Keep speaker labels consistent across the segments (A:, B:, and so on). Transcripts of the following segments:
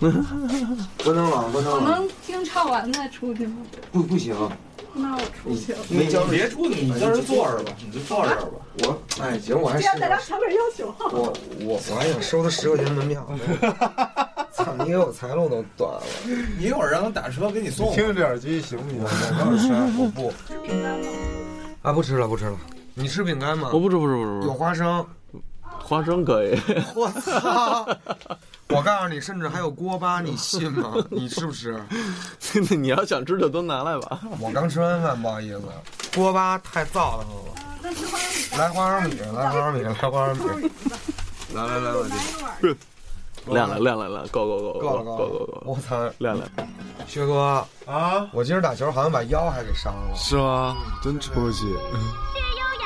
A: 关灯了，关
B: 我
A: 灯了，
B: 能听唱完再出去吗？
A: 不不行，
B: 那我出去了。
A: 没交
C: 你别出去，你在这儿坐着吧，你就坐这儿吧。
A: 我哎行，我还
D: 这
A: 是
D: 样大家成本要 求哈。
A: 我我我还想收他十块钱门票呢，操，你给我财路都断了。
C: 你一会儿让他打车给你送。
E: 听着这耳机行不行？
A: 我要吃，啊我不
B: 吃饼干吗？
A: 啊，不吃了，不吃了。你吃饼干吗
F: 哦我？不吃不吃不吃
A: 有
F: 不吃，
A: 花生。
F: 花生可以。
A: 我操！ 我告诉你，甚至还有锅巴，你信吗？你吃不吃？
F: 你要想吃就都拿来吧。
A: 我刚吃完饭，不好意思，锅巴太燥了我。
B: 啊那吃花生米吧。
A: 来花生米，来花生米，来花生米。来来来，我
B: 来一碗。
F: 亮了亮了亮了，够够
A: 够
F: 够
A: 了
F: 够
A: 够
F: 够
A: 了
F: 够，够，
A: 我操，
F: 亮亮
A: 薛哥，
E: 啊，
A: 我今儿打球好像把腰还给伤了，
E: 是吗？真出息！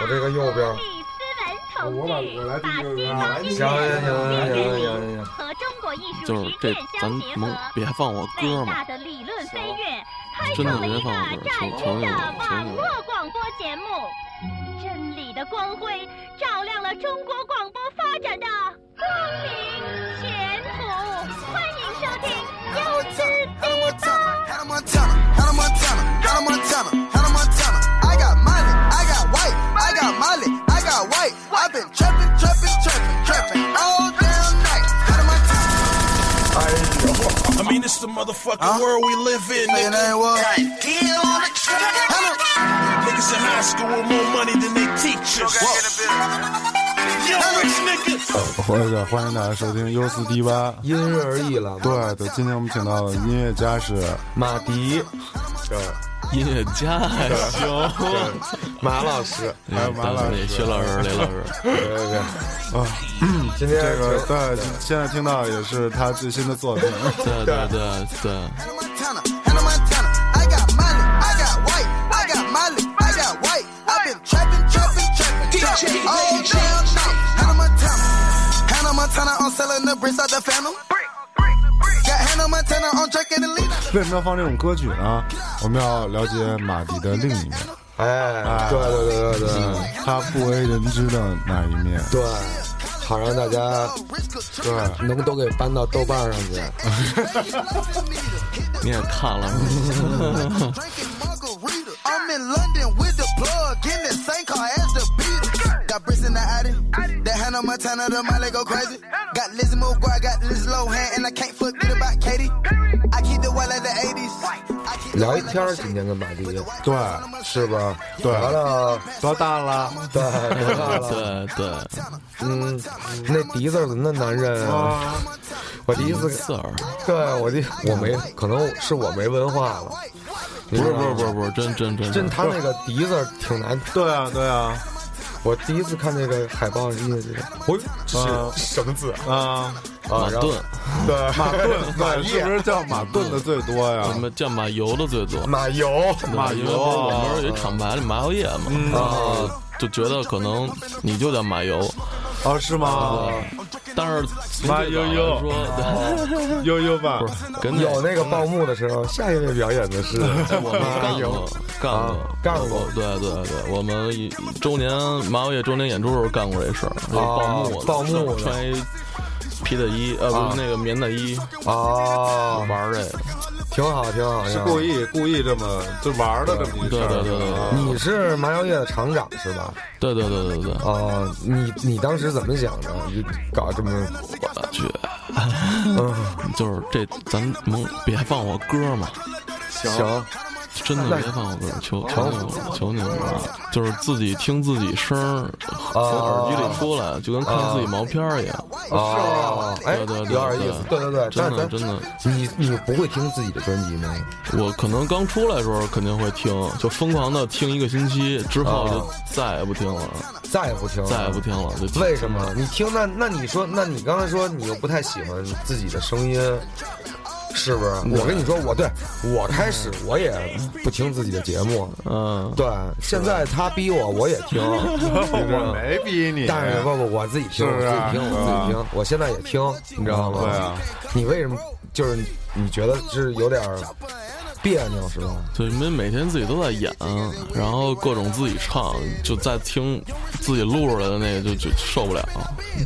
A: 我这个右边。
G: 斯文
E: 哦我把
G: 同志
E: 我来第一个，我来
G: 把
A: 行
E: 第一
G: 西
A: 行
G: 方
A: 行
G: 精神
A: 行行行行，
G: 和中国艺术
F: 就是
G: 实
F: 这
G: 践
F: 咱
G: 相结合，
F: 甭别放我歌
G: 伟
F: 嘛
G: 大，的理论飞跃，开
F: 真的
G: 创了
F: 别
G: 一个
F: 放我歌，
G: 崭
F: 求求
G: 新
F: 你了，嗯求
G: 的网
F: 你
G: 络
F: 了。
G: 广播节目。真理的光辉照亮了中国广播发展的光明前途。欢迎收听优质地道。
H: Hannah Montana, Hannah Montana, Hannah Montana, Hannah Montana. I got money, I got white, I got money, I got white. I've been trapping, trapping, trapping, trapping all damn night. Hannah Montana.
A: 哎呦，
I: I mean, it's the motherfucking
C: 啊
I: world we live in,
H: Say your
I: nigga.
H: name, what? Hannah.
I: Niggas in high school with more money than they teach us. Yo, rich niggas.
E: 那个 欢迎大家收听优四 D 八。
A: 因人而异了。
E: 对对，今天我们请到的音乐家是
A: 马迪，
F: 音乐家还行，
A: 马老师，
E: 还有马老
F: 对
E: 师
F: 薛老师、雷老师，
A: 对对对，
E: 啊。
A: 今天
E: 这个对，现在听到也是他最新的作品。
F: 对对对对。
H: Hannah Montana, Hannah Montana. I got money, I got white, I got money, I got white. I've been trapping, trapping, trapping, trapping all damn night. Hannah Montana, Hannah Montana on selling the bricks out the phantom. Got Hannah Montana on drinking the lead.
E: 为什么要放这种歌曲呢？我们要了解马迪的另一面，
A: 哎，对对对
E: 嗯
A: 对对
E: 他不为人知的那一面。
A: 对，好让大家
E: 对。
A: 能都给搬到豆瓣上去。
F: 你也看 了吗，
H: Drinking margarita. I'm in London with the plug in the same car as the Beatles. Got bricks in the Addy. That Hannah Montana, the Miley go crazy. Got Lizzie McGuire, got Liz Lohan, and I can't forget about Katie. I keep the wall like the 80s. I keep the
A: 聊
H: wall
A: 一
H: like
A: 天儿，今
H: the
A: 天跟马迪，
E: 对，是吧？对，
A: 完了，
E: 多大了？
A: 对，多大 了？
F: 对对，
A: 嗯，那迪字儿怎么那男人啊？
E: 啊，
A: 我第一次，
F: 刺耳。
A: 对我第我没，可能是我没文化了。
F: 不是不是不是不是，真真真
A: 真他那个笛子挺难。
E: 对啊，对啊，
A: 我第一次看那个海报，是我
E: 啊
A: 这是什么字啊？
E: 啊，
F: 马
A: 然后
F: 顿，
E: 对，马嗯顿， 对，是不是叫马顿的最多
F: 什
E: 呀？
F: 么叫马油的最多？
A: 马油，
E: 马
F: 因
E: 油
F: 为不是我们那儿有一厂牌叫麻油叶嘛，然后就觉得可能你就叫马油，
E: 哦，是吗？
F: 但是从
E: 马
F: 这
E: 油
F: 个来
E: 油
F: 说，
E: 悠悠吧，
F: 对跟
A: 有那个报幕的时候，下一位表演的是
F: 我们干
A: 马油
F: 过，干过
A: 啊，干过
F: 我对对对，我们一周年麻油叶周年演出时候干过这事儿，就是报幕的，
A: 报幕的
F: 穿一皮的衣，呃，不是那个棉的衣，
A: 啊哦，
F: 玩这个，
A: 挺好，挺好，
E: 是
A: 挺好
E: 故。意故意这么就玩的这么一事
F: 对
E: 儿。
F: 对对对对
E: 啊
A: 你是麻油叶的厂长是吧？
F: 对对对对对，
A: 哦，你你当时怎么想的？你搞这么
F: 我去， 就是这，咱甭别放我歌嘛，
A: 行？
F: 真的别放我歌，求求你了，求你们了，就是自己听自己声儿，从耳机里出来，就跟看自己毛片儿一样，
A: 哦，哎，
F: 啊对对
A: 有
F: 对
A: 点意思，对对对。
F: 真
A: 但
F: 的
A: 咱
F: 真的，
A: 你你不会听自己的专辑吗？
F: 我可能刚出来的时候肯定会听，就疯狂的听一个星期，之
A: 哦
F: 后就再也不听了，
A: 再也不听，
F: 再也不听了，就
A: 为什么？你听那那你说，那你刚才说你又不太喜欢自己的声音，是不是？我跟你说，我对我开始我也不听自己的节目，
F: 嗯，
A: 对，现在他逼我我也听，你知道
E: 我
A: 吗？
E: 没逼你，
A: 但是不不，我自己听，
E: 是
A: 我
E: 不是啊
A: 自己听，我自己听，我现在也听，你知道吗？
E: 对啊，
A: 你为什么就是你觉得是有点儿别扭是吧？
F: 对，因为每天自己都在演，然后各种自己唱，就在听自己录出来的那个就就受不了。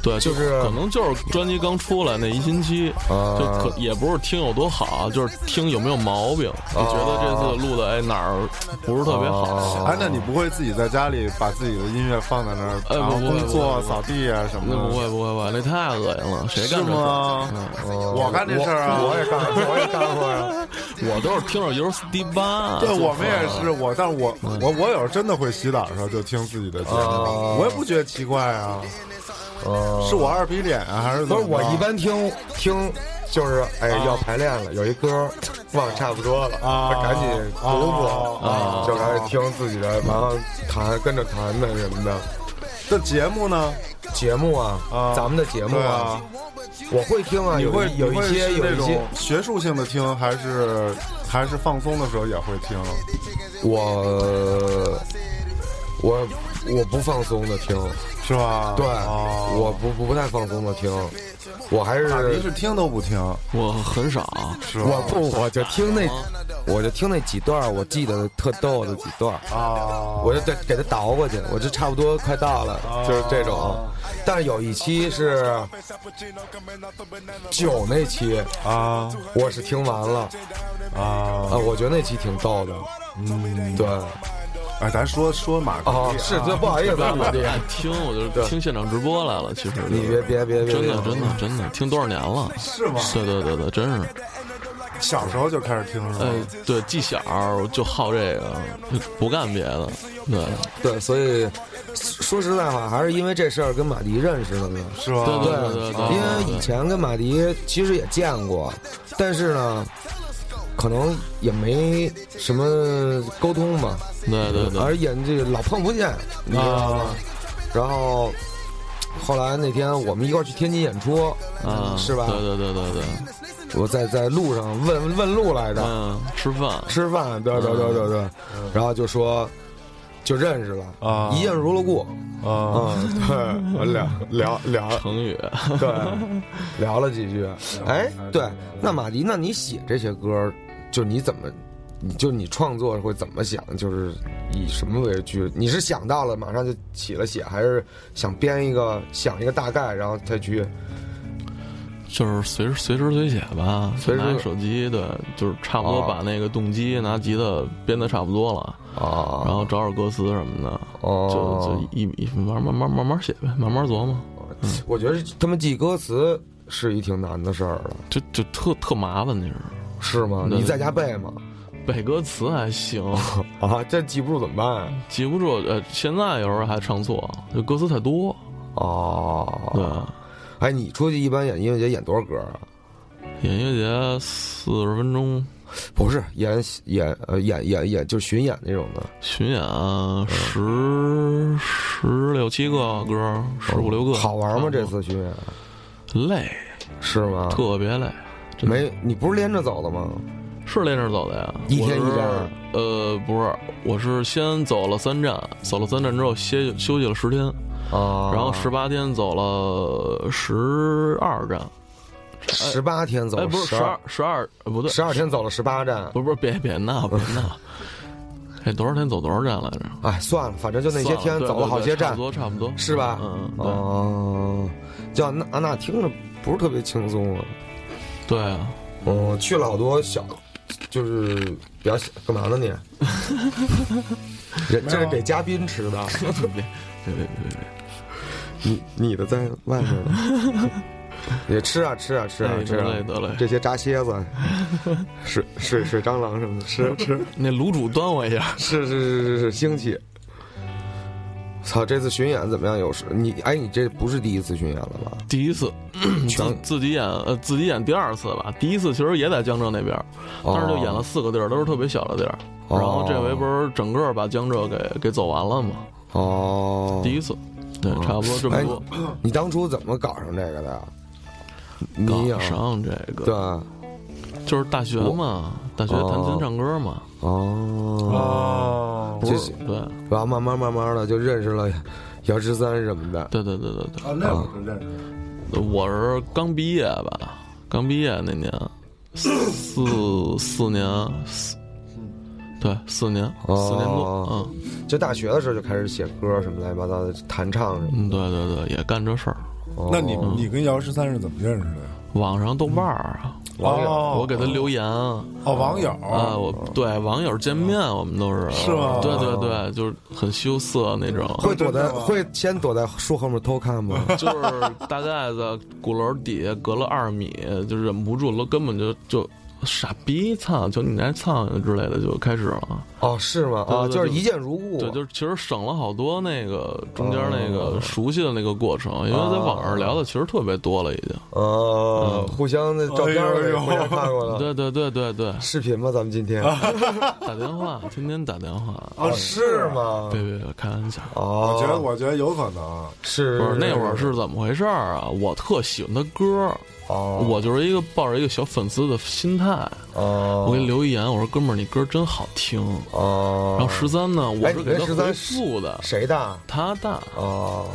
F: 对，
A: 就
F: 就是可能就是专辑刚出来那一星期，
A: 啊
F: 就可也不是听有多好，啊就是听有没有毛病，就觉得这次录的哎哪儿不是特别
A: 哦
F: 好。
E: 哎，那你不会自己在家里把自己的音乐放在那儿，
F: 哎
E: 然后
F: 不会
E: 工作、
F: 不会
E: 扫地啊什么
F: 那
E: 的？
F: 不会不会不会，那太恶心了，谁干这
E: 是
F: 事儿？
E: 吗？
A: 嗯
E: 我干这事儿啊
A: 我我也干，我也干过
F: 啊
A: 呀。
F: 我都是听着尤斯迪巴，
E: 对，
F: 就
E: 我们也
F: 啊
E: 是我，但是我
F: 嗯
E: 我我有时候真的会洗澡的时候就听自己的节
A: 啊
E: 目，我也不觉得奇怪啊，
A: 嗯，
E: 是我二逼脸啊还哦是怎
A: 不
E: 么
A: 是
E: 着？
A: 我一般听听，就是哎要排练了，有一歌忘差不多了，
E: 啊
A: 赶紧补
E: 啊
A: 补，就开始听自己的，然后弹跟着弹的什么的。
E: 这节目呢，
A: 节目啊
E: 啊，
A: 咱们的节目
E: 对啊，
A: 我会听啊，
E: 你
A: 有
E: 会
A: 一有
E: 你
A: 一
E: 会
A: 些
E: 是
A: 有
E: 那
A: 一些
E: 种，学术性的听，还是还是放松的时候也会听？
A: 我我我不放松的听，
E: 是吧？
A: 对，
E: 哦
A: 我不不不太放松的听，我还是
E: 傻逼是听都不听，
A: 啊
F: 我很少，啊
E: 是吧？
A: 我不我就听那我就听那几段儿，我记得特逗的几段儿。
E: 啊，
A: 我就得给他倒过去，我就差不多快到了，
F: 哦
A: 就是这种。但是有一期是九那期，
E: 啊
A: 我是听完了
E: 啊
F: 哦
A: 啊，我觉得那期挺逗的，嗯，对，
E: 哎，咱说说马格
A: 哦，
E: 丽啊
A: 是，对，不好意思，不好
F: 但我
A: 意
F: 就
A: 思
F: 爱听，我就听现场直播来了。其实
A: 你别别别别，
F: 真的
A: 别
F: 真的真的听多少年了？
E: 是吗？
F: 对对对对，真是，
E: 小时候就开始听是
F: 哎
A: 呃嗯
E: 吗？，
F: 对，记小儿就好这个，不干别的，对，
A: 对，所以说实在话，还是因为这事儿跟马迪认识的呢。
E: 是吧？
F: 对对对对，
A: 因为以前跟马迪其实也见过，但是呢，可能也没什么沟通吧。
F: 对对对，
A: 而演这个老碰不见，你知
E: 啊
A: 道吗？然后后来那天我们一块儿去天津演出，
F: 啊，
A: 是吧？
F: 对对对对对，
A: 我在在路上问问路来着，
F: 嗯，吃饭，
A: 吃饭，对对对对对，
F: 啊
A: 然后就说就认识了，
E: 啊
A: 一见如了故，
E: 啊，
A: 嗯，对，聊聊聊，
F: 成语，
A: 对，聊了几句。哎，对，那马迪，那你写这些歌儿，就你怎么，你就你创作会怎么想？就是以什么为居？你是想到了马上就起了写，还是想编一个想一个大概，然后再去？
F: 就是随时随时随写吧，
A: 随时
F: 拿手机，对，就是差不多
A: 哦
F: 把那个动机拿吉他编的差不多了，
A: 哦
F: 然后找找歌词什么的，就
A: 哦
F: 就，一一慢慢慢慢慢写呗，慢慢琢磨，
A: 我觉得嗯他们记歌词是一挺难的事儿了，
F: 就就特特麻烦，那是
A: 是吗？
F: 对
A: 你在家背吗？
F: 背歌词还行。
A: 啊，这记不住怎么办？
F: 记不住，呃，现在有时候还唱错，就歌词太多。对，
A: 哦，哎，你出去一般演音乐节演多少歌啊？
F: 演音乐节四十分钟
A: 不是演演呃演演演就是巡演那种的，
F: 巡演
A: 嗯
F: 十十六七个歌，十五六个。
A: 哦好玩吗？这
F: 差
A: 次巡演
F: 不多累，
A: 是吗？
F: 特别累。真的
A: 没，你不是连着走的吗？
F: 是连着走的呀，
A: 一天
F: 我是
A: 一站。
F: 呃，不是，我是先走了三站，走了三站之后歇休息了十天，
A: 啊，
F: 然后十八天走了十二站。
A: 十八天走
F: 哎，
A: 了
F: 不是十二
A: 二，
F: 十二呃不对，
A: 十二天走了十八站，
F: 不是不是，别别闹别闹。 哎，多少天走多少站来着？
A: 哎，算了，反正就那些
F: 算了
A: 天
F: 对
A: 走
F: 对
A: 了好
F: 对
A: 些
F: 差
A: 站
F: 不，多差不多。
A: 是吧？
F: 嗯对
A: 哦，叫那那听着不是特别轻松啊。
F: 对啊，
A: 嗯，去了好多小，就是比较小，干嘛呢你？ 人这是
F: 啊
A: 给嘉宾吃 的，
F: 别别别别别
A: 你你的在外面呢， 也吃啊吃啊吃啊
F: 哎
A: 吃啊
F: 得嘞得嘞，
A: 这些炸蝎 子、水水水蟑螂什么的，吃 吃
F: 那卤煮端我一下。
A: 是是是是是兴起。操，这次巡演怎么样？有时你哎，你这不是第一次巡演了吧？
F: 第一次自
A: 全
F: 自己演，呃，自己演第二次吧。第一次其实也在江浙那边，
A: 哦
F: 但是就演了四个地儿，都是特别小的地儿。
A: 哦
F: 然后这回不是整个把江浙给给走完了吗？
A: 哦，
F: 第一次，对，差不多这么
A: 哎
F: 多。，
A: 你当初怎么搞上这个的呀？你
F: 搞
A: 呀
F: 上这
A: 对
F: 个，就是大学嘛，大学弹琴唱歌嘛，
A: 哦，
E: 哦，
A: 就
F: 不是
A: 是
F: 对，
A: 然后慢慢慢慢的就认识了 姚十三什么的。
F: 对对对对对。
E: 啊，那我就认识，
F: 我是刚毕业吧，刚毕业那年，四四年，四对，四年，
A: 哦
F: 四年多，嗯
A: 就大学的时候就开始写歌什么乱七八糟的，弹唱什么
F: 嗯，对对对，也干这事儿。
A: 的。
E: 那你你跟姚十三是怎么认识的呀？
F: 网上豆瓣儿啊，
A: 网友
E: 哦
F: 我给他留言啊，
E: 哦，网友
F: 啊，我对网友见面，我们都是
E: 是吗
F: 对对对，就是很羞涩那种，
A: 会躲在
E: 真的吗
A: 会先躲在树后面偷看 吗？
F: 就是大概在鼓楼底下隔了二米，就忍不住了，根本就就傻逼操，就你那苍蝇之类的就开始了。
A: 哦，是吗？
F: 对
A: 啊，
F: 对
A: 就是
F: 对
A: 一见如故。
F: 对，就是其实省了好多那个中间那
E: 哦
F: 个熟悉的那个过程，因为在网上聊的其实特别多了，已经。
A: 呃，
F: 嗯
A: 互相的照片
E: 哎呦哎
A: 儿
E: 呦
A: 互相看过了。
F: 对对对对对，
A: 视频吗？咱们今天
F: 打电话，天天打电话。
E: 哦，
A: 啊是？吗？
F: 别别别，开玩笑。
A: 哦，
E: 我觉得我觉得有可能，
A: 是
F: 不是那会儿是怎么回事儿啊？我特喜欢他歌，
A: 哦，
F: 我就是一个抱着一个小粉丝的心态，
A: 哦，
F: 我给你留一言，我说哥们儿，你歌真好听。
A: 哦，
F: 然后十三呢，我
A: 哎
F: 是
A: 你
F: 给
A: 跟
F: 他
A: 13
F: 回复的，
A: 谁的？
F: 他大，
A: 哦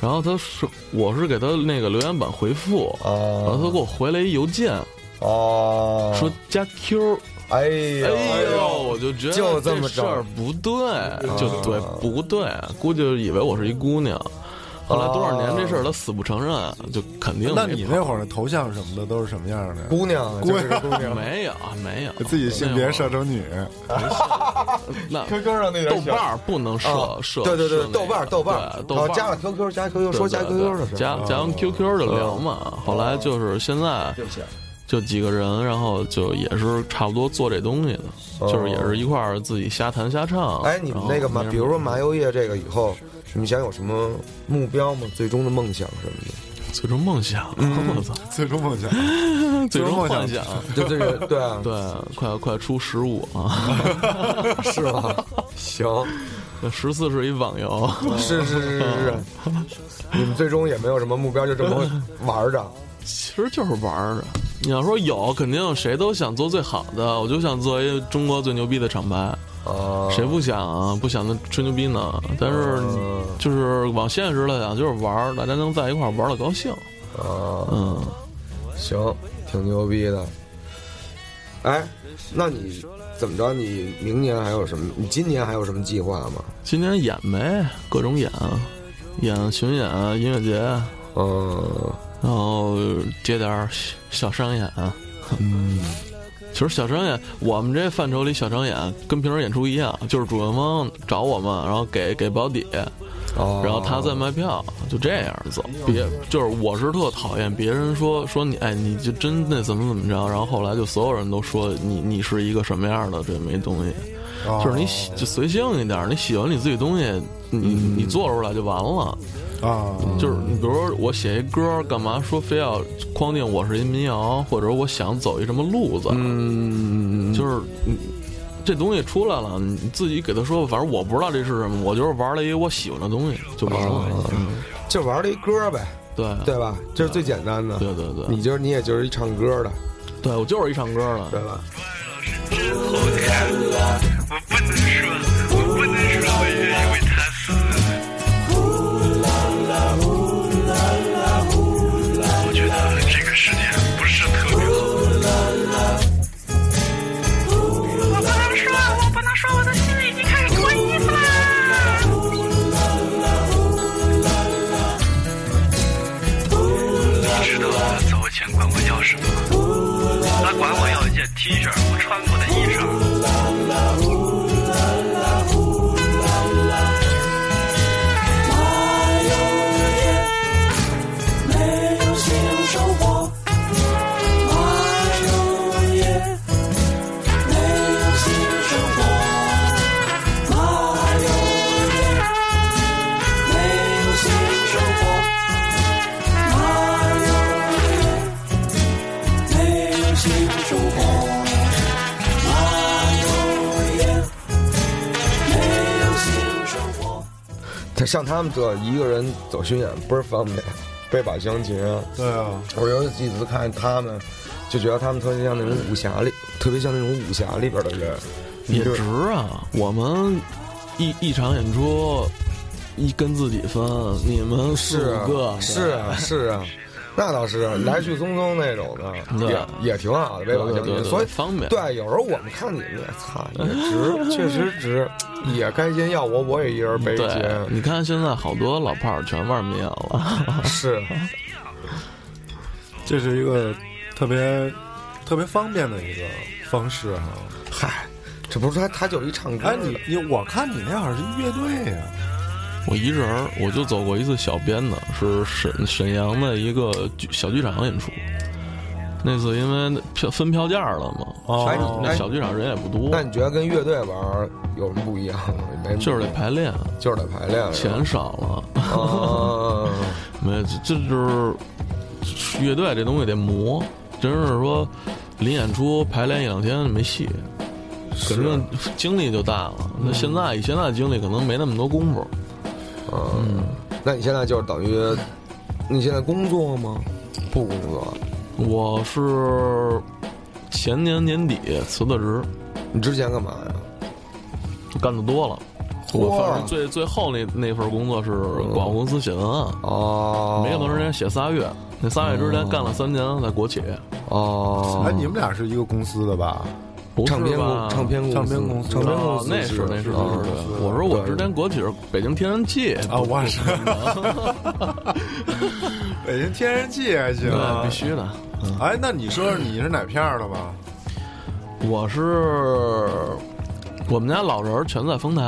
F: 然后他是我是给他那个留言板回复，然后他
A: 哦
F: 给我回了一邮件
A: 哦，
F: 说加 Q，
A: 哎
F: 哎
A: 呦
F: 呦，我就觉得
A: 就这么哦
F: 事儿
A: 着
F: 不对，就对不对，估计以为我是一姑娘。后来多少年这事儿他死不承认，就肯定
E: 那
F: 没
E: 你那会儿的头像什么的都是什么样的？
A: 姑娘，
E: 姑
A: 就是个姑娘，
F: 没有啊没有
E: 自己性别设成女，
F: 那
A: QQ 上那
F: 豆
A: 点
F: 瓣儿不能设
A: 啊
F: 设，
A: 对对
F: 设
A: 对
F: 那，个
A: 豆瓣儿豆瓣儿
F: 对，豆
A: 然
F: 瓣
A: 后
F: 儿
A: 加了 QQ，加 QQ 说加
F: 对对
A: QQ 的哦事，
F: 加加完 QQ 就聊嘛。后来就是现在
C: 对不起啊，
F: 就几个人，然后就也是差不多做这东西的，就是也是一块儿自己瞎弹瞎唱。
A: 哦哎，你们那个麻，
F: 然后
A: 比如说麻油叶这个以后，你们想有什么目标吗？最终的梦想什么的？
F: 最终梦想，
A: 嗯
F: 我操，
E: 最终梦想。
F: 最终
E: 梦想
F: 幻想。
A: 就这个，对啊，
F: 对，快快出十五 啊！
A: 是吧？ 行，
F: 十四是一网游，
A: 是是是是 是，你们最终也没有什么目标，就这么玩着。
F: 其实就是玩儿啊的。你要说有，肯定谁都想做最好的。我就想做一中国最牛逼的厂牌，
A: 啊，
F: 谁不想啊？不想那吹牛逼呢？但是就是往现实来讲，就是玩儿，大家能在一块儿玩的高兴。
A: 啊？
F: 嗯，
A: 行，挺牛逼的。哎，那你怎么着？你明年还有什么？你今年还有什么计划吗？
F: 今年演呗，各种演，演巡演、音乐节，
A: 嗯，
F: 然后接点儿小小商演。嗯，其实小商演，我们这范畴里小商演跟平时演出一样，就是主办方找我们，然后给给保底，
A: 哦，
F: 然后他再卖票，就这样走。别就是我是特讨厌别人说说你，哎，你就真那怎么怎么着，然后后来就所有人都说你你是一个什么样的这没东西，就是你喜就随性一点，你喜欢你自己东西，你你做出来就完了。
E: 啊，
F: 就是你比如说我写一歌，干嘛说非要框定我是一民谣，或者我想走一什么路子？
A: 嗯，
F: 就是你这东西出来了，你自己给他说，反正我不知道这是什么，我就是玩了一个我喜欢的东西就完了。嗯
A: 就玩了一歌呗，
F: 对
A: 哦对吧？这是最简单的。
F: 对对对
A: 你就是你也就是一唱歌的，
F: 对，我就是一唱歌
A: 对
F: 的，
A: 吧？
G: 我不能说，我不能说，我的心里已经开始脱衣服啦。
D: 你知道他走前管我要什么吗？他管我要一件 T 恤，我穿过的衣裳。
A: 他像他们这一个人走巡演倍儿方便，背把钢琴啊。
E: 对啊，
A: 我有几次看他们，就觉得他们特别像那种武侠里，特别像那种武侠里边的人。
F: 也
A: 就是
F: 值啊。我们一一场演出一跟自己分，你们四
A: 是
F: 五个
A: 啊，是啊，是啊，那倒是来去匆匆那种的，
F: 对
A: 也也挺好的，
F: 对
A: 呗，把
F: 对
A: 就
F: 对
A: 是
F: 对
A: 所以
F: 方便
A: 对，有时候我们看你们也操，也值，确实 值，也开心。要我我也一人背一
F: 对，
A: 斤，
F: 你看现在好多老炮儿全玩民谣了，
A: 是
E: 这是一个特别特别方便的一个方式哈、
A: 嗨，这不是他他就是一唱歌
E: 哎，
A: 的，
E: 你你我看你那会儿是乐队呀、
F: 我一人儿我就走过一次小编的，是沈沈阳的一个剧小剧场演出。那次因为那票分票价了嘛，
E: 哦
A: 哎你
F: 那
A: 哎
F: 小剧场人也不多，
A: 那你觉得跟乐队玩儿有什么不一样吗？没
F: 就是得排练，
A: 就是得排练，是吧
F: 钱少了，
A: 啊，
F: 没有这这就是乐队这东西得磨，真是说临演出排练一两天就没戏，肯定精力就大了。那现在以现在的精力可能没那么多功夫，
A: 嗯，那你现在就是等于你现在工作吗？不工作，
F: 我是前年年底辞的职，
A: 你之前干嘛呀？
F: 干的多了。我反正最最后那那份工作是广告公司写文案，
A: 哦，
F: 没有多长时间写仨月，那仨月之间干了三年在国企，
A: 哦，
E: 哎，你们俩是一个公司的吧？
F: 不是
A: 唱片
F: 吧
A: 公？唱片公司
E: 唱片公司
A: 唱片公
F: 啊
A: 司，
F: 那是那是
A: 啊
F: 那是，对我说我之前国企是北京天然气，
E: 啊，我也是。 北京天然气还行啊
F: 对，必。须的。
E: 哎，那你说说你是哪片儿的吧？
F: 我是我们家老人儿全在丰台，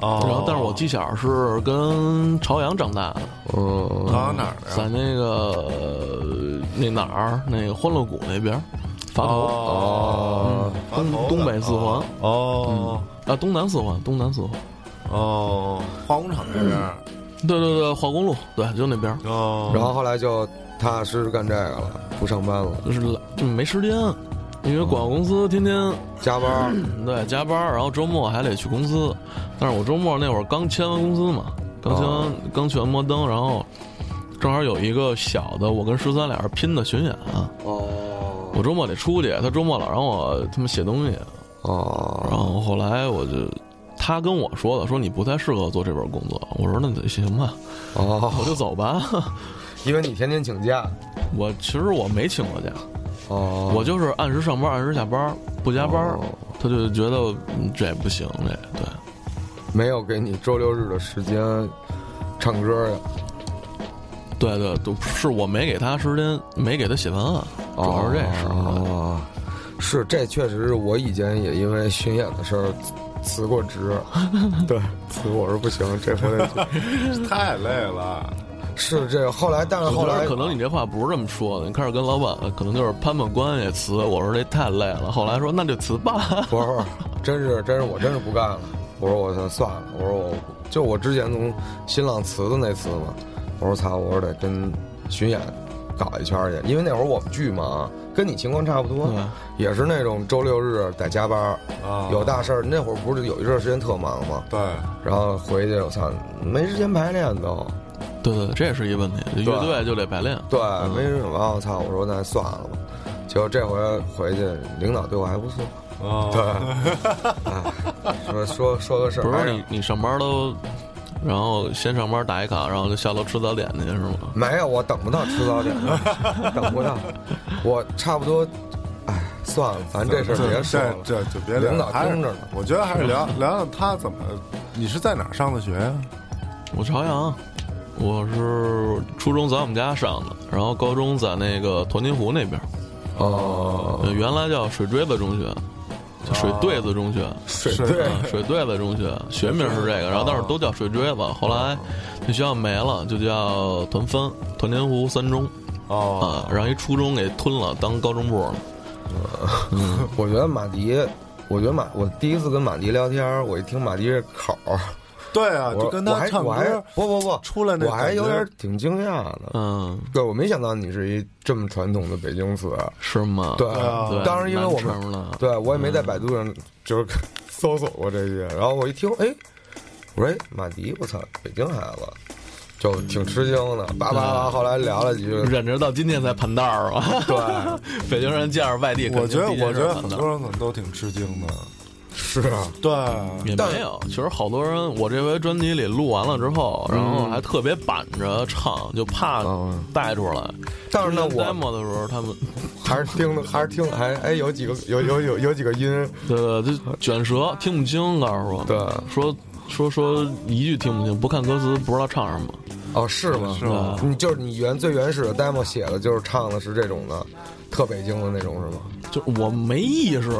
E: 哦
F: 然后但是我记小是跟朝阳长大的，
A: 嗯，
E: 朝哦阳哪儿的啊
F: 在
E: 呀？
F: 那个呃那哪儿那个欢乐谷那边儿，垡头，
E: 哦，
F: 东
E: 垡头的
F: 东北四环
E: 哦
F: 啊，东南四环，东南四环，
E: 哦，化工厂那边儿
F: 对对对，化工路，对，就那边儿，
E: 哦，
A: 然后后来就踏踏实实干这个了，不上班了，
F: 就是来就没时间，因为广告公司天天
A: 加班，
F: 对，加班儿，然后周末还得去公司。但是我周末那会儿刚签完公司嘛，刚签完、
A: 哦
F: 刚去完摩登，然后正好有一个小的，我跟十三俩人拼的巡演。啊
A: 哦
F: 我周末得出去，他周末老让我他妈写东西，然
A: 哦，
F: 后后来我就。他跟我说的，说你不太适合做这份工作。我说那得行吧，我
A: 哦，
F: 就走吧。
A: 因为你天天请假，
F: 我其实我没请过假，
A: 哦，
F: 我就是按时上班，按时下班，不加班儿。
A: 哦
F: 他就觉得嗯这也不行，这对。
A: 没有给你周六日的时间唱歌呀，
F: 对对，都是我没给他时间，没给他写文案，主要是这事儿。
A: 哦，是这确实是我以前也因为巡演的事儿辞辞过职， 对，辞我说不行，这回得去
E: 太累了。
A: 是这后来，但是
F: 我
A: 后
F: 觉
A: 来
F: 得可能你这话不是这么说的，你开始跟老板可能就是攀攀关系辞，我说这太累了，后来说那就辞吧。
A: 不是，啊真是真是我真是不干了。我说我操算了，我说我就我之前从新浪辞的那次嘛，我说操，我说得跟巡演搞一圈儿去，因为那会儿我们剧嘛，啊跟你情况差不多，
F: 对
A: 也是那种周六日得加班儿，
E: 啊
A: 有大事儿。那会儿不是有一阵儿时间特忙嘛，
E: 对，
A: 然后回去我操没时间排练都，
F: 对对，这也是一问题，乐队就得排练。
A: 对，没时间。然后我操，我说那算了吧。结果这回回去，领导对我还不错，
E: 哦，
A: 说说说个事儿，
F: 不
A: 哎
F: 是
A: 呀
F: 你你上班都，然后先上班打一卡，然后就下楼吃早点去是吗？
A: 没有，我等不到吃 早点，等不到。我差不多，哎，算了，咱这事儿别说
E: 这
A: 了。
E: 这就别聊
A: 领导
E: 还是
A: 盯着呢嗯
E: 我觉得还是聊聊聊他怎么，你是在哪儿上的学呀？
F: 我朝阳，我是初中在我们家上的，然后高中在那个团结湖那边。
A: 哦，
F: 呃，原来叫水锥子中学，
E: 哦
F: 叫水对子中学，
A: 水
E: 是
A: 对，
F: 嗯水对子中学，学名是这个，然后但是都叫水锥子。后来那学校没了，就叫团分团结湖三中
E: 哦，
F: 啊，让一初中给吞了，当高中部了。
A: 我觉得马迪，我觉得马，我第一次跟马迪聊天儿，我一听马迪这口儿，
E: 对啊，
A: 我
E: 就跟
A: 我
E: 他
A: 还
E: 唱
A: 我还
E: 歌，
A: 不不不
E: 出来那
A: 我还
E: 感觉
A: 有点挺惊讶的。
F: 嗯，
A: 对，我没想到你是一这么传统的北京词。
F: 是吗？
A: 对，
E: 啊
F: 对，
A: 当时因为我
F: 南城
A: 们
F: 了，嗯
A: 对我也没在百度上就是 搜索过这些，然后我一听，哎，我说哎马迪，我操，北京孩子，就挺吃惊的。叭叭叭，后来聊了几句，
F: 忍着到今天才盘道儿 啊。对，北京人见着外地，
E: 我觉得我觉得
F: 盘
E: 很
F: 道
E: 多人可能都挺吃惊的。
A: 是啊，
F: 嗯
E: 对，
F: 也
A: 但
F: 没有，其实好多人，我这回专辑里录完了之后，然后还特别板着唱，就怕
A: 嗯
F: 带出来。
A: 但是呢，
F: 之前
A: 我
F: demo 的时候，他们
A: 还是听的，还是听，还哎，有几个有有有有几个音，
F: 呃就卷舌听不清，告诉我，
A: 对
F: 说说说一句听不清，不看歌词不知道唱什么。
A: 哦，是吗？嗯
E: 是
F: 啊
E: 吗
A: 你就是你原最原始的 demo 写的就是唱的是这种的，特北京的那种是吗？
F: 就我没意识，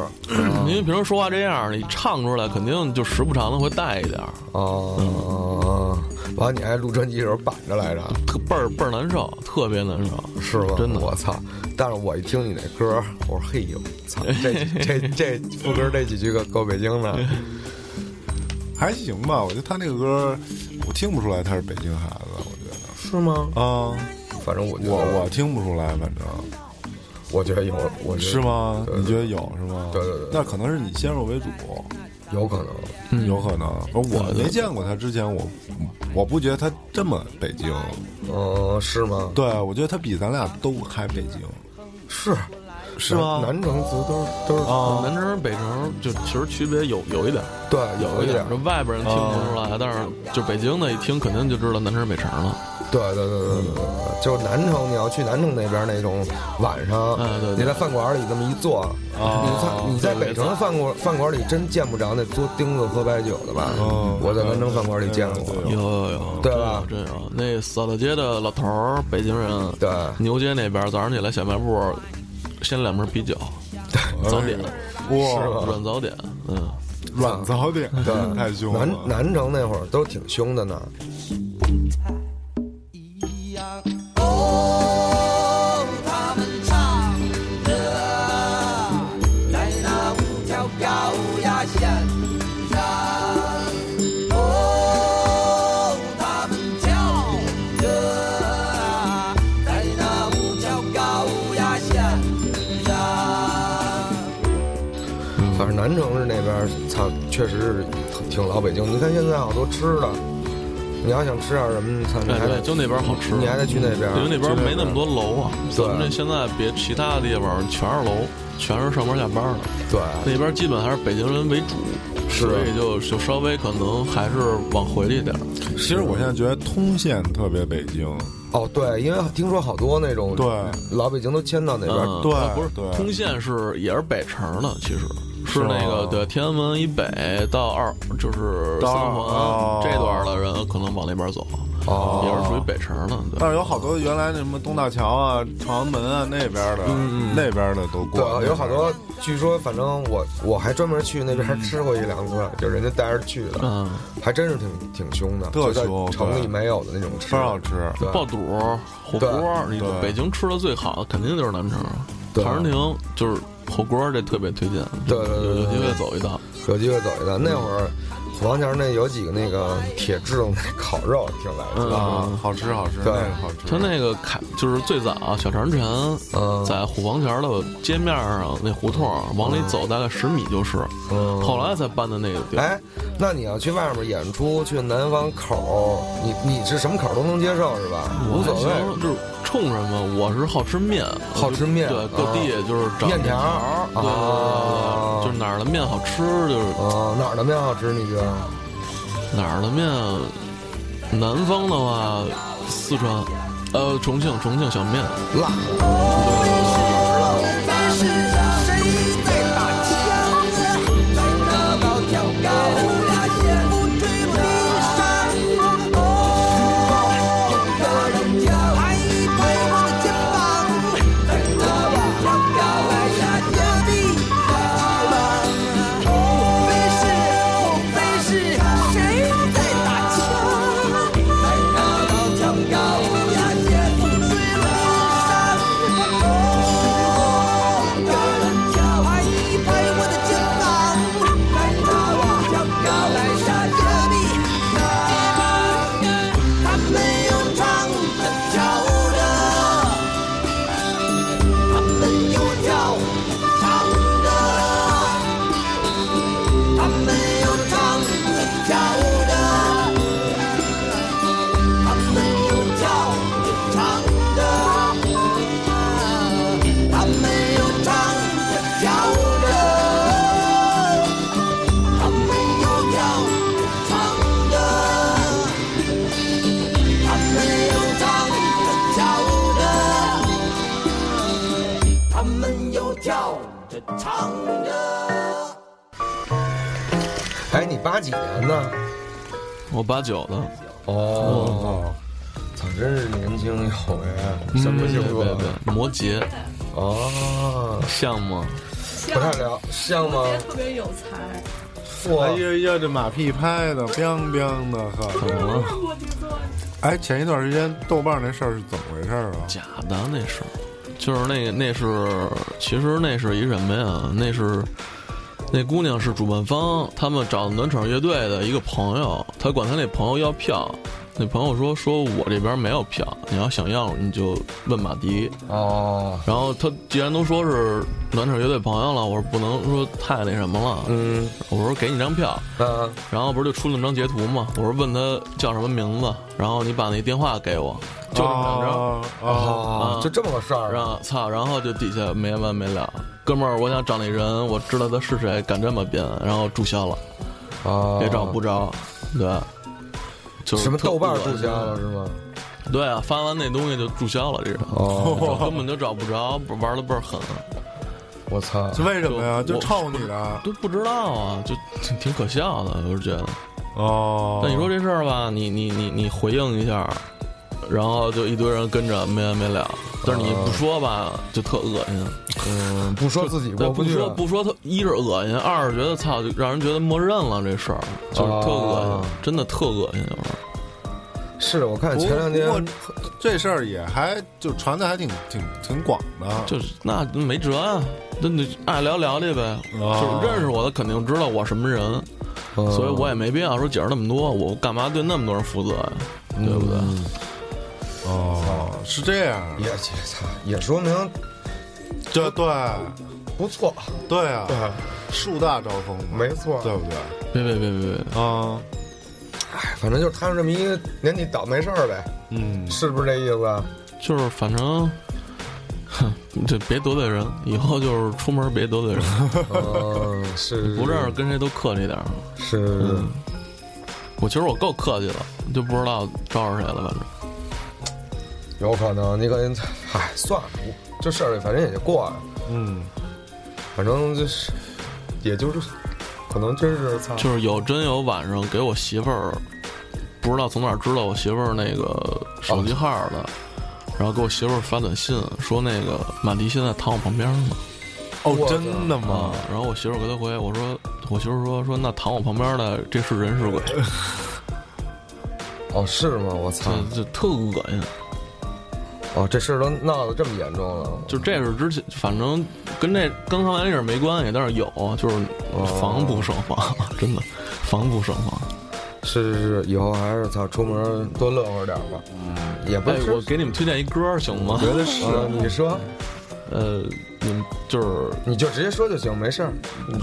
F: 因为平时说话这样，你唱出来肯定就时不常的会带一点儿，
A: 哦，
F: 嗯
A: 完了你还录专辑的时候板着来着，
F: 特倍儿倍儿难受，特别难受。
A: 是吗？
F: 真的
A: 我操！但是我一听你那歌儿，我说嘿呦，操，这几 这这副歌这几句够够北京的，
E: 还行吧。我觉得他那个歌，我听不出来他是北京孩子，我觉得
A: 是吗？
E: 啊，
A: 反正我觉得
E: 我我听不出来，反正
A: 我觉得有，我觉得
E: 是？吗？
A: 对对
E: 你觉得有是吗？
A: 对对对
E: 那可能是你先入为主，
A: 有可能，
E: 有可能。我没见过他之前，我我不觉得他这么北京。
A: 嗯，是吗？
E: 对，啊我觉得他比咱俩都还北京，
A: 是
E: 是吗？
A: 南城族都是都是
E: 啊，
F: 南城北城就其实区别有有一点儿，
A: 对，
F: 有
A: 一点儿，嗯
F: 就外边人听不出来，但是就北京的一听肯定就知道南城北城了。
A: 对对对对对对，就是南城，你要去南城那边那种晚上
F: 嗯对，对
A: 你在饭馆里这么一坐，
E: 哦
A: 你在你在北城的饭馆饭馆里真见不着那嘬钉子喝白酒的吧
E: 哦？
A: 我在南城饭馆里见过，
E: 对
F: 有有有，
A: 对吧
F: 真有真有。那扫大街的老头儿，北京人，
A: 对
F: 牛街那边早上起来小卖部，先两瓶啤酒，早点
E: 哇，
F: 软早点，嗯。
E: 软早点，
A: 对，
E: 太凶了。
A: 南南城那会儿都挺凶的呢，
J: 哦，他们唱着在那五条高压线上，哦，他们跳着在那五条高压线上。
A: 反正南城市那边，操，确实是挺挺老北京。你看现在好多吃的，你要想吃点什么，操，你
F: 哎，
A: 还
F: 对，
A: 得
F: 就那边好吃，
A: 你还得去那边
F: 因为那边没那么多楼啊。
A: 对
F: 咱们这现在别其他的地方全是楼，全是上班下班的，
A: 对，
F: 那边基本还是北京人为主，
A: 是
F: 所以就就稍微可能还是往回了一点儿。
E: 其实我现在觉得通县特别北京，
A: 哦对，因为听说好多那种
E: 对
A: 老北京都迁到那边，
F: 嗯，
E: 对
F: 啊不是
E: 对
F: 通县是也是北城的，其实是
E: 吗
F: 那个对天安门以北到二就是三
E: 到二
F: 环
E: 哦
F: 这段的人可能往那边走，
A: 哦
F: 也是属于北城的。对
E: 但是有好多原来那什么东大桥啊、朝阳门啊那边的，那边的都过，
A: 对，有好多，据说反正我我还专门去那边吃过一两次，就人家带着去的，
F: 嗯，
A: 还真是挺挺凶的，
E: 特
A: 就在
E: 凶
A: 城里
E: 对
A: 没有的那种吃
E: 非，常好吃。
A: 对
F: 爆肚、火
A: 对
F: 锅，你
E: 对
F: 北京吃的最好的肯定就是南城，
A: 对
F: 唐人亭就是火锅，这特别推荐，
A: 对对对
F: 有有
A: 对
F: 机
A: 对
F: 会走一趟。
A: 有机会走一趟。那会儿虎坊桥那有几个那个铁制的那烤肉挺来劲
F: 嗯
A: 的，
E: 啊，好吃好吃，那
A: 对
E: 个好吃。
F: 他那个开就是最早小长城
A: 嗯
F: 在虎坊桥的街面上那胡同往里走大概十米就是，
A: 嗯
F: 后来才搬的那个地儿。
A: 哎，那你要去外面演出，去南方口，你你是什么口都能接受是吧？
F: 我
A: 无
F: 还
A: 所谓。
F: 行就是冲什么，我是好吃面，
A: 好吃面啊
F: 对，各地就是找
A: 面条
F: 儿对对
A: 啊
F: 对对对，就是哪儿的面好吃，就是
A: 哦，哪儿的面好吃？你觉得？
F: 哪儿的面？南方的话，四川，呃，重庆，重庆小面，
A: 辣，
J: 高压线，对了山。
A: 哎，你八几年的？
F: 我八九的，
A: 哦，操，真是年轻有为，啊什么
F: 别
A: 星座
F: 别？别，摩羯
A: 哦，
F: 像吗？
A: 不太了，像吗
B: 我？姐特别有才，
A: 哇
E: 哎，呀呀，这马屁拍的，biang biang 的，呵。
F: 怎么了？
B: 摩羯座
E: 哎，前一段时间豆瓣那事儿是怎么回事儿啊？
F: 假的那是，就是那个那是，其实那是一什么呀？那是那姑娘是主办方，他们找暖场乐队的一个朋友，他管他那朋友要票，那朋友说说我这边没有票，你要想要你就问马迪。
A: 哦，
F: 然后他既然都说是暖场乐队朋友了，我说不能说太那什么了，
A: 嗯，
F: 我说给你张票，
A: 啊，
F: 然后不是就出了那张截图嘛？我说问他叫什么名字，然后你把那电话给我，就这么两张。
E: 哦哦，
A: 哦，就这么个事儿
F: 然
A: 啊，
F: 后操，然后就底下没完没了。哥们儿，我想找那人，我知道他是谁，敢这么编，然后注销了，
A: 哦
F: 也找不着，对，就是
A: 什么
F: 特
A: 豆瓣儿
F: 恶心
A: 注销了是吗？
F: 对啊，发完那东西就注销了，这人
A: 哦，
F: 找根本就找不着，玩的倍儿狠，
A: 我操，
E: 这为什么呀？
F: 就
E: 就
F: 我
E: 冲你的
F: 都不知道啊，就挺挺可笑的，我是觉得。
E: 哦。
F: 那你说这事儿吧，你你你你回应一下，然后就一堆人跟着没完没了，但是你
A: 哦
F: 不说吧，就特恶心。
A: 嗯，不说自己
F: 对，
A: 过
F: 不
A: 去
F: 说
A: 了，
F: 不说，他一是恶心，二是觉得操，就让人觉得默认了这事儿，就是特恶
A: 啊
F: 心，真的特恶心，就是。
A: 是我看
E: 不
A: 前两
E: 不
A: 天
E: 过这事儿也还就传的还挺挺挺广的，
F: 就是那没辙啊，那你爱聊聊去呗。
E: 哦
F: 就是认识我的肯定知道我什么人，
A: 哦嗯
F: 所以我也没必要说解释那么多，我干嘛对那么多人负责呀、对不对？
A: 嗯
E: 哦，是这样，
A: 也操也说明
E: 这对
A: 不错，
E: 对啊，树大招风嘛，
A: 没错
E: 对不对？
F: 别别别别别，
E: 啊，
A: 哎，反正就是摊上这么一个年纪倒霉事儿呗，
E: 嗯，
A: 是不是这意 思？
F: 就是反正，哼，这别得罪人，以后就是出门别得罪人，
A: 嗯，是
F: 不嗯认识跟谁都客气点儿。
A: 是
F: 我其实我够客气了，就不知道招惹谁了，反正。
A: 有可能，你可能，哎，算了，这事儿反正也就过了，
E: 嗯，
A: 反正就是，也就是，可能真是操，
F: 就是有真有晚上给我媳妇儿，不知道从哪儿知道我媳妇儿那个手机号的，然后给我媳妇儿发短信说那个马迪现在躺我旁边呢
E: 哦
A: 我，的
E: 真的
F: 啊
E: 吗？，
F: 然后我媳妇儿给他回我说我媳妇儿说说那躺我旁边的这是人 是鬼，
A: 哦，是吗？我操，
F: 就就特恶心，
A: 哦，这事儿都闹得这么严重了，
F: 就这是之前反正跟这跟刚才那事儿没关系，但是有就是防不胜防，真的防不胜防。
A: 是是是，以后还是操，出门多乐呵点儿吧，也不
F: 哎
A: 是，，
F: 我给你们推荐一歌儿行吗？
A: 觉得是，你说，
F: 呃，你们就是
A: 你就直接说就行，没事儿，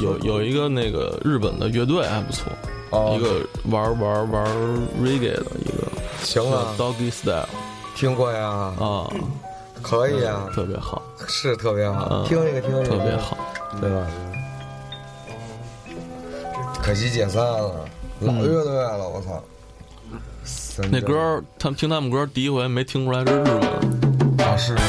F: 有有一个那个日本的乐队还不错，
A: 哦
F: 一个玩玩玩 reggae 的一个
A: 行
F: 叫
A: 啊，
F: Doggy Style
A: 听过呀，
F: 啊，
A: 可以啊，
F: 特别好，
A: 是特别好，
F: 嗯
A: 听一个，听一个，
F: 特别好。
A: 对吧？可惜解散了，老乐队了，我操！三
F: 嗯那
A: 张
F: 歌儿他们听他们歌儿第一回没听出来是日本的，
A: 啊是吗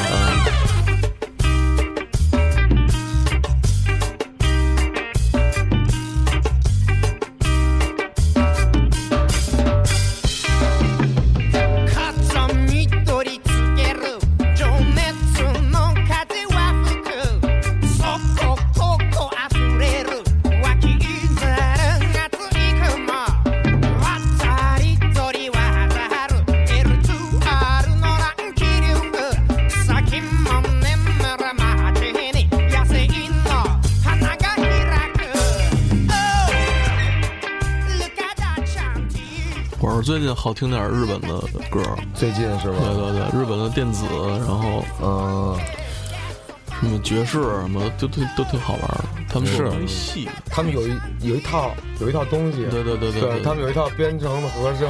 J: 風に取り付ける情熱の風は吹くそこここ溢れる湧き水がついくも渡り鳥は渡る L2R の乱気流先も眠る街に野生の花が開く Oh, look at that chanting
F: 我是最近好听点儿日本的歌儿，
A: 最近是
F: 对
A: 吧？
F: 对对，日本的电子，然后
A: 嗯，
F: 什么爵士啊什么的，都都都挺好玩儿的。他们
E: 是
F: 有一戏，
A: 他们有一有一套有一套东西，
F: 对对对对对
A: 他们有一套编程的和声，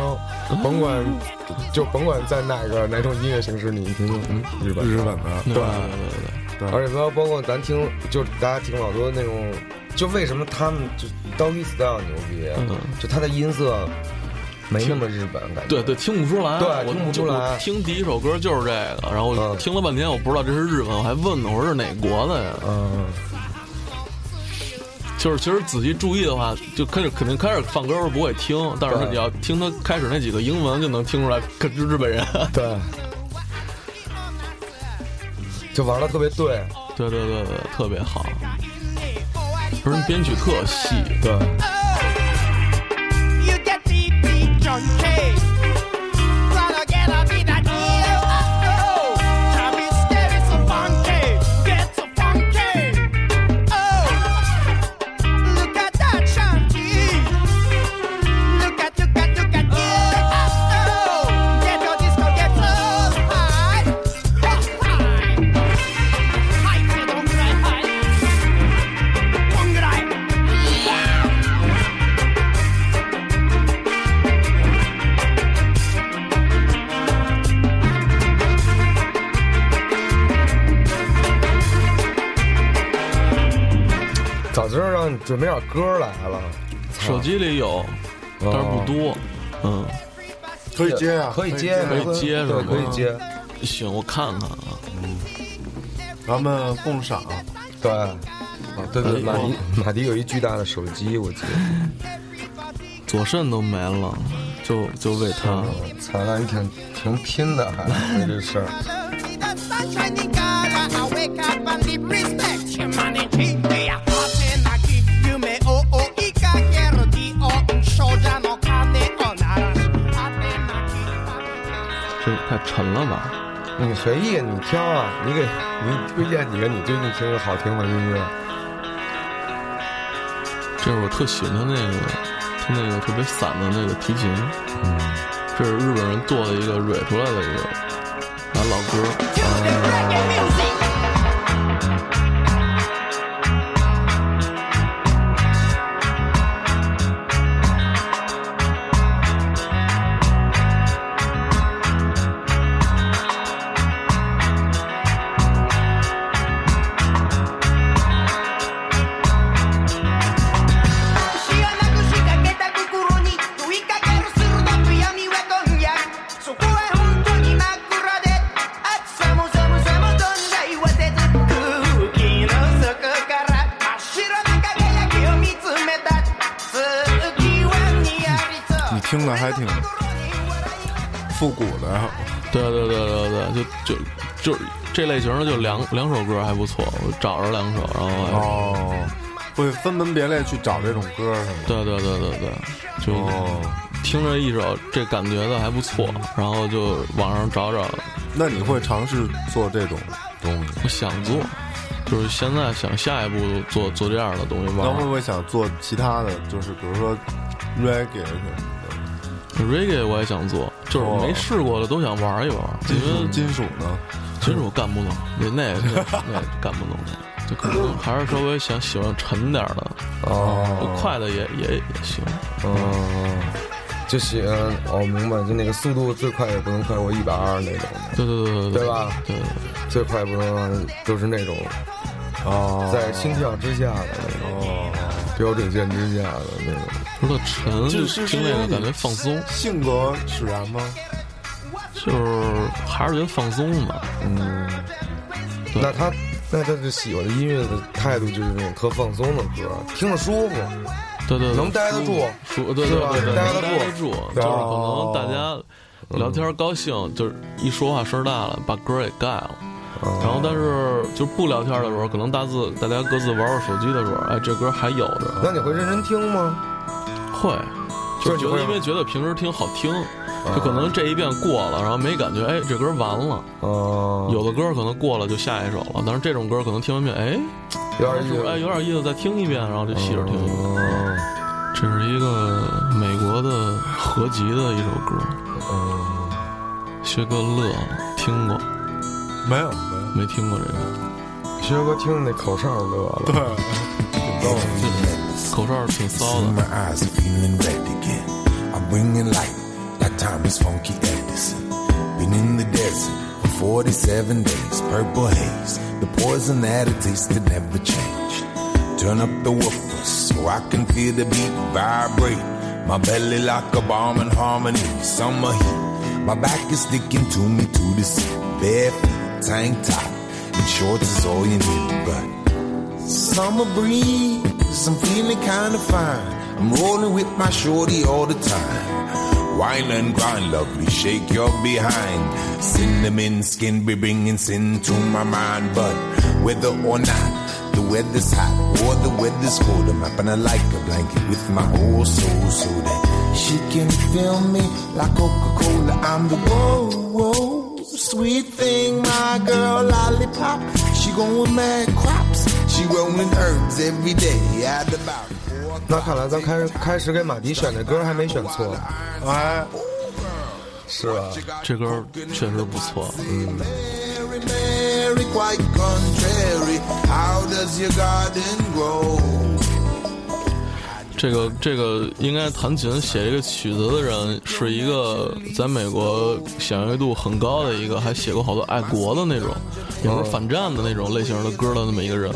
A: 甭管就甭管在哪个哪种音乐形式，你听
F: 嗯
A: 日本
E: 日本的，
F: 对对对
A: 而且包包括咱听，就是大家听老多那种，就为什么他们就 Doggy Style 牛逼，啊
F: 嗯
A: 就他的音色没那么日本感觉，
F: 对对对，听不出来，啊
A: 对
F: 我
A: 听不
F: 就
A: 出来
F: 我听第一首歌就是这个，然后我
A: 嗯
F: 听了半天，我不知道这是日本，我还问呢，我说是哪国的呀？
A: 嗯，
F: 就是其实仔细注意的话，就开始肯定开始放歌时候不会听，但是
A: 对
F: 你要听他开始那几个英文就能听出来，可是日本人。
A: 对，就玩的特别对，
F: 对对对对，特别好，而且编曲特细。
A: 对，
J: You get deep, deep junkie. Gonna get a bit of deal. Oh, time is scary, so funky. Get so funky. Oh, look at that shanty. Look at, look at, look at it. Oh, get your disco, get so high. High. High, so don't cry, high. Don't cry. Yeah.
A: 早知道让你准备点歌来了，
F: 手机里有，
A: 嗯
F: 但是不多。嗯，
E: 可以接啊，
A: 可以接，
F: 可以
A: 没问
F: 接是
A: 对，
F: 吗
A: 可以接，
F: 行，我看看啊。
E: 咱们共赏。啊
A: 对。对对，马迪
F: 哎
A: 马迪有一巨大的手机，我记得。
F: 左肾都没了，就就为他。
A: 嗯，彩蛋挺挺拼的，还为这事儿。
F: 这太沉了吧？
A: 你随意，你挑啊，你给你推荐几个你最近听的好听的音乐。
F: 这是我特喜欢他那个，他那个特别散的那个提琴。嗯，这是日本人做的一个蕊出来的一个，拿老歌。
E: 你听的还挺复古的，
F: 对对对对对，就就就这类型的就两两首歌还不错，我找着两首，然后还
E: 哦，会分门别类去找这种歌是吗？
F: 对对对对对，就
E: 哦，嗯
F: 听着一首这感觉的还不错，然后就网上找找，
E: 那你会尝试做这种东西？
F: 我想做，就是现在想下一步做做这样的东西，
E: 那
F: 网
E: 会不
F: 上
E: 会想做其他的？就是比如说 reggae 什么
F: reggae 我也想做，就是
E: 哦
F: 没试过的都想玩一玩，
E: 的，
F: 因为
E: 金属金属呢？
F: 其实我干不懂，那 那那那干不懂，就可能还是稍微想喜欢沉点儿的，
A: 哦，
F: 快的也也也行。
A: 嗯，就喜欢哦，明白，就那个速度最快也不能快过一百二那种的，
F: 对对对对对
A: 对吧
F: 对对
A: 最快不能都是那种
E: 哦，
A: 在心跳之下的那种
E: 哦，
A: 标准线之下的那种。
F: 对，不是沉，
E: 这是
F: 听那个感觉放松，
E: 性格使然吗？
F: 就是还是觉得放松吧。
A: 嗯，
F: 对
A: 那他那他就喜欢的音乐的态度就是那种特放松的歌，听着舒服。
F: 对对，对
A: 能待得住
F: 舒服对
A: 是
F: 对
A: 吧
F: 对对，
A: 待
F: 能
A: 得
F: 待得住，就是可能
E: 哦
F: 大家聊天高兴，就是一说话声大了，把歌儿给盖了。
A: 哦
F: 然后，但是就不聊天的时候，可能大自大家各自玩玩手机的时候，哎，这歌还有着，
A: 那你会认真听吗？
F: 会，就
A: 就是是你
F: 觉得
A: 会啊
F: 因为觉得平时听好听，就可能这一遍过了，然后没感觉，哎，这歌完了。
A: 哦，
F: 有的歌可能过了就下一首了，但是这种歌可能听完遍，哎，
A: 有点
F: 是
A: 意
F: 不是
A: 思。
F: 哎有点意思，再听一遍，然后就细着听。
A: 哦
F: 这是一个美国的合集的一首歌，
A: 哦，
F: 薛哥乐了，听过
E: 没有，没有。
F: 没听过这个？
A: 薛哥听着那口哨乐了。
E: 对，
F: 口哨挺骚的。
I: My eyes are feeling red again. I'm bringing light like Thomas Funky Edison. Been in the desert for 47 days. Purple haze, the poison that it tastes that never changed. Turn up the woofer so I can feel the beat vibrate. My belly like a bomb in harmony. Summer heat, my back is sticking to me to the seat. Bare feet, tank top, and shorts is all you need. But summer breeze. 'cause I'm feeling kinda fine. I'm rolling with my shorty all the time. Wine and grind, lovely, shake your behind. Cinnamon skin be bringing sin to my mind, but whether or not the weather's hot or the weather's cold, I'm up and I like a blanket with my whole soul so that she can feel me like Coca-Cola. I'm the whoa, whoa. Sweet thing, my girl, lollipop. She going mad crops. She rolling herbs every day at the bar.
A: 那看来咱开开始给马迪选的歌还没选错，
E: 哎，
A: 是吧？
F: 这歌儿确实不错，嗯，
I: Mary, Mary, quite contrary. How does your garden grow?
F: 这个这个应该弹琴写这个曲子的人是一个在美国响乐度很高的一个，还写过好多爱国的那种，也不是反战的那种类型的歌的那么一个人。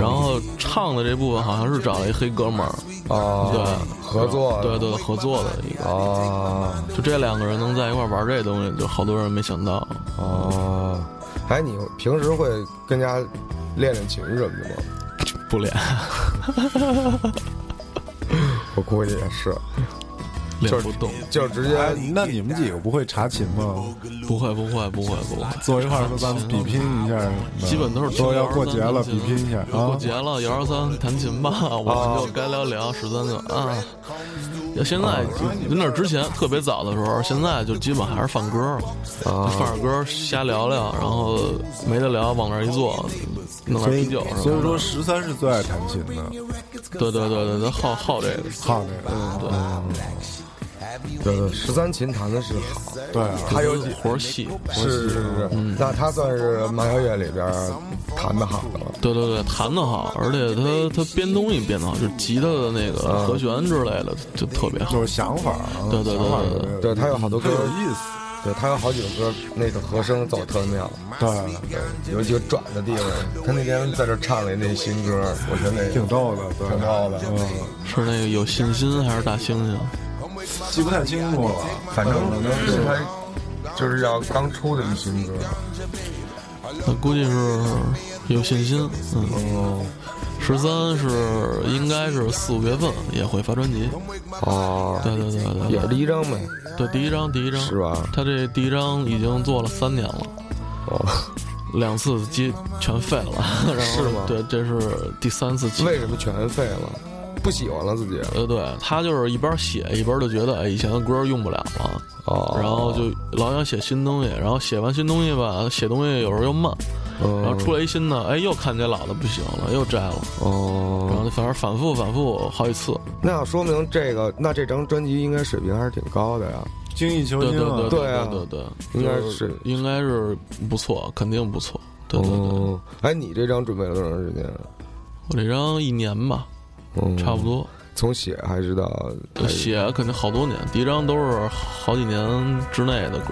F: 然后唱的这部分好像是找了一黑哥们儿，
A: 哦，
F: 对，
A: 合作
F: 对对合作的一个。
A: 哦
F: 就这两个人能在一块儿玩这东西，就好多人没想到。
A: 哦，哎，你平时会跟家练练琴什么的吗？
F: 不练，
A: 我估计也是，
F: 练不动，
A: 就直接
E: 哎那你们几个不会查琴吗？
F: 不会不会不会不会。
E: 坐一块儿，咱们比拼一下什么的。
F: 基本都是
E: 嗯都要
F: 听
E: 过
F: 123
E: 节了，比
F: 弹琴
E: 拼一下啊！
F: 过节了，幺二三弹琴吧，我们就该聊聊十三就啊。要现
E: 啊
F: 在就那之前特别早的时候，现在就基本还是放歌儿，
E: 啊
F: 就放点歌儿瞎聊聊，然后没得聊往那儿一坐，弄点
E: 所以
F: 啤酒什么的。
E: 所以说十三是最爱弹琴的，
F: 对对对对，咱好好这个，
E: 好这个，
F: 嗯对，
A: 对对，十三琴弹的是好，
E: 对啊，
A: 他有几
F: 活儿细，
A: 是是是，那他算是麻小乐里边弹的好的了。
F: 对对对，弹得好，而且他他编东西编得好，就是吉他的那
E: 啊
F: 个和弦之类的就特别好
E: 就。是想法啊，
F: 对对对
E: 想法
F: 对对
E: 特别
A: 对他有好多歌
E: 特有意思，
A: 对他有好几首歌，那个和声走特妙，
E: 对，
A: 有几个转的地方。他那天在这唱的那新歌，我觉得
E: 挺逗的，对，
A: 挺逗的
E: 嗯，
F: 是那个有信心还是大猩猩？
E: 记不太清楚了，
A: 反正可能是他就是要刚出的一新歌。
F: 那估计是有信心。
A: 哦
F: 嗯，十三是应该是四五月份也会发专辑。
A: 哦，
F: 对对对对对，
A: 也是第一张呗。
F: 对第一张第一张
A: 是吧
F: 他这第一张已经做了三年了，
A: 哦，
F: 两次机全废 了，然
A: 是
F: 后
A: 吗
F: 对，这是第三次机。
A: 为什么全废了？不喜欢了自己？啊
F: 呃，对他就是一边写一边就觉得，哎，以前的歌用不了了，
A: 哦，
F: 然后就老想写新东西，然后写完新东西吧，写东西有时候又慢，
A: 嗯
F: 然后出来一新的，哎，又看见老的不行了，又摘了，然
A: 哦，
F: 后反正反复反复好几次。
A: 那要说明这个，那这张专辑应该水平还是挺高的呀。
E: 精益求
F: 对
E: 精
F: 对对
E: 啊，
A: 对啊
F: 对对，
A: 应该
F: 就是应该是不错，肯定不错。对对对，我
A: 哦，哎，你这张准备了多长时间啊？
F: 这张一年吧，
A: 嗯，
F: 差不多。
A: 从写还是到
F: 呃写肯定好多年，第一张都是好几年之内的歌，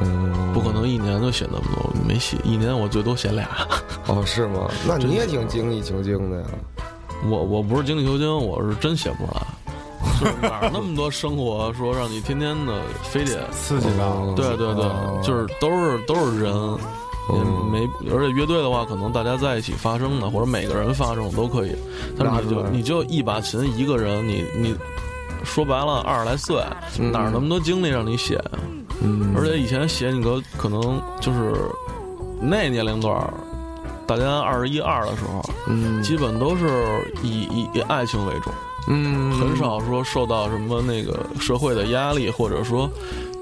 A: 嗯，
F: 不可能一年就写那么多，没写一年我最多写俩。
A: 哦，是吗？那你也挺精益求精的呀。
F: 我我不是精益求精，我是真写不出来。就是哪儿那么多生活，说让你天天的非得，
E: 刺激到了，
F: 对对对，
A: 啊
F: 就是都是都是人，
A: 嗯
F: 也没而且乐队的话，可能大家在一起发声的，或者每个人发声都可以，但是你
A: 拿出
F: 就
A: 来
F: 你就一把琴一个人，你你说白了二十来岁，哪儿那么多精力让你写？
A: 嗯
F: 而且以前写你可可能就是那年龄段儿，大家二十一二的时候，
A: 嗯
F: 基本都是以以以爱情为主，
A: 嗯，
F: 很少说受到什么那个社会的压力，或者说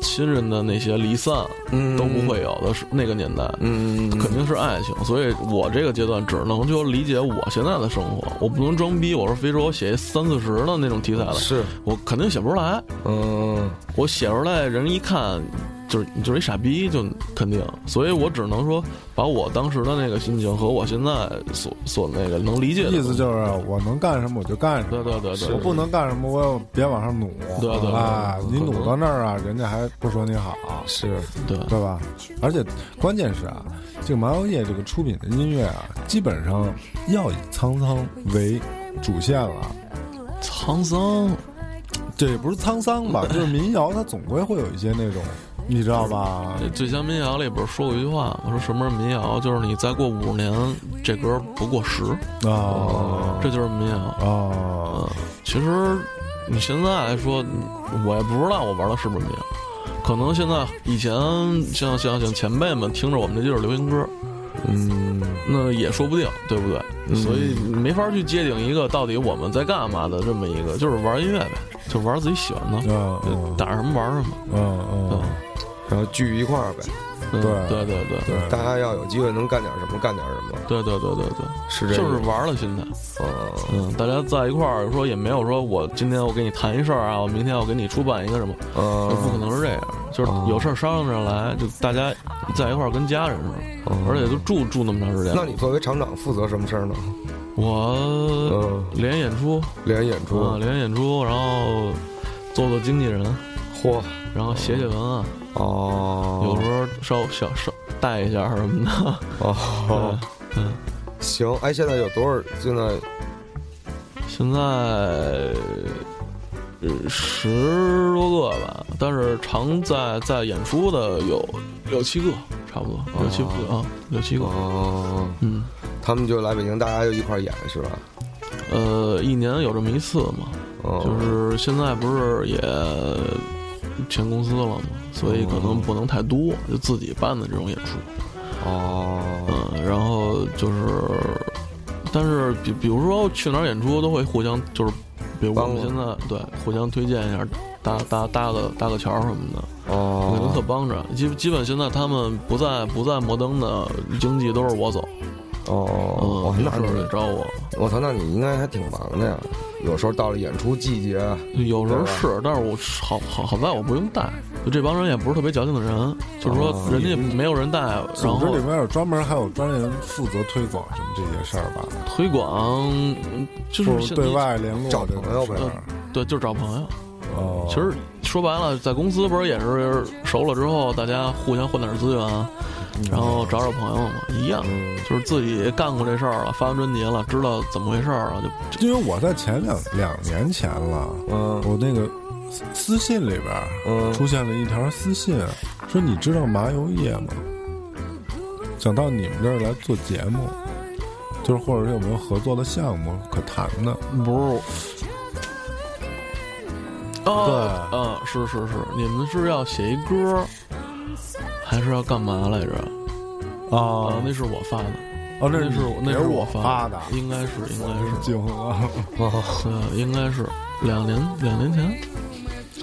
F: 亲人的那些离散，
A: 嗯
F: 都不会有的是那个年代。
A: 嗯，
F: 肯定是爱情，所以我这个阶段只能就理解我现在的生活，我不能装逼。我说非说我写一三四十的那种题材的，
A: 是
F: 我肯定写不出来。
A: 嗯
F: 我写出来，人一看就是你就是一傻逼，就肯定。所以我只能说，把我当时的那个心情和我现在所所那个能理解的
E: 意
F: 东西
E: 思就是我能干什么我就干什
F: 对对
E: 么，
F: 对对，
E: 我不能干什么我也别往上努，
F: 对对对
E: 啊，
F: 对
E: 你
F: 对对
E: 努到那儿啊，人家还不说你好，
A: 是
F: 对
E: 对吧？而且关键是啊，这个麻油叶这个出品的音乐啊，基本上要以沧桑为主线了。
F: 沧桑，
E: 这也不是沧桑 吧，就是民谣，它总归会有一些那种，你知道吧？
F: 《最强民谣》里边说过一句话，我说什么是民谣？就是你再过五年，这歌不过时。
E: 啊，
F: 这就是民谣。
E: 哦，
F: 其实你现在来说，你我也不知道我玩的是不是民谣，可能现在以前像像像前辈们听着我们这就是流行歌，嗯，那也说不定，对不对？
E: 嗯
F: 所以没法去界定一个到底我们在干嘛的这么一个，就是玩音乐呗，就玩自己喜欢的，
E: 嗯
F: 就
E: 嗯
F: 打什么玩什么。
E: 嗯
F: 对
E: 嗯，
A: 然后聚一块儿呗，
F: 嗯
E: 对
F: 对对对
E: 对，
A: 大家要有机会能干点什么干点什么，
F: 对对对对对。
A: 是这
F: 就
A: 样
F: 是玩儿的心态，
A: 哦
F: 嗯，大家在一块儿说也没有说我今天我给你谈一事儿啊，我明天我给你出版一个什么，就不可
A: 哦
F: 能是这样，就是有事儿商量着来，就大家在一块儿跟家人似的，而且都住住那么长时间。
A: 那你作为厂长负责什么事儿呢？
F: 我
A: 嗯，
F: 连演出
A: 连演出，
F: 啊，连演出，然后做做经纪人，
A: 嚯，
F: 然后写写文案，有
A: 哦，
F: 时候稍小稍带一下什么的。
A: 哦，
F: 嗯，
A: 行，哎，现在有多少？现在
F: 现在呃十多个吧，但是常在在演出的有六七个，差不多六七个啊，六七个。
A: 哦，
F: 嗯，
A: 他们就来北京，大家就一块儿演是吧？
F: 呃，一年有这么一次嘛，
A: 哦，
F: 就是现在不是也全公司了嘛，所以可能不能太多，就自己办的这种演出。
A: 哦，
F: 嗯，然后就是，但是比比如说去哪儿演出都会互相就是，比如我们
A: 帮
F: 现在对互相推荐一下，搭搭搭个搭个桥什么的，嗯我们特
A: 哦，
F: 帮着。基基本现在他们不在不在摩登的经济都是我走，
A: 哦，哇
F: 嗯，
A: 那
F: 有事
A: 你
F: 儿得找我。
A: 我操，那你应该还挺忙的呀。有时候到了演出季节，啊
F: 有时候是，但是我好好好在我不用带，就这帮人也不是特别矫情的人，就是说人家没有人带，然
E: 组
F: 后
E: 织里面有专门还有专人负责推广什么这些事儿吧，
F: 推广嗯就
E: 不
F: 是
E: 是
F: 像
E: 对
F: 你
E: 外联络
A: 找
E: 这种
A: 朋友呗
E: 事儿
F: 呃对，就是找朋友。
E: 哦，
F: 其实说白了，在公司不是也是熟了之后，大家互相换点资源，啊
E: 嗯
F: 然后找找朋友嘛，一样，就是自己干过这事儿了，发完专辑了，知道怎么回事儿了，就
E: 因为我在前两两年前了，
A: 嗯
E: 我那个私私信里边儿
A: 嗯
E: 出现了一条私信，说你知道麻油叶吗？想到你们这儿来做节目，就是或者是有没有合作的项目可谈的？
F: 不是。哦，
E: 对
F: 嗯，是是是，你们是要写一歌，还是要干嘛来着？
E: 啊
F: 啊，那是我发的，
E: 哦，
F: 那
E: 是
F: 是我那
E: 是
F: 是
E: 我
F: 发
E: 的，
F: 应该是应该是，
E: 惊了，
F: 嗯，应该是两年两年前，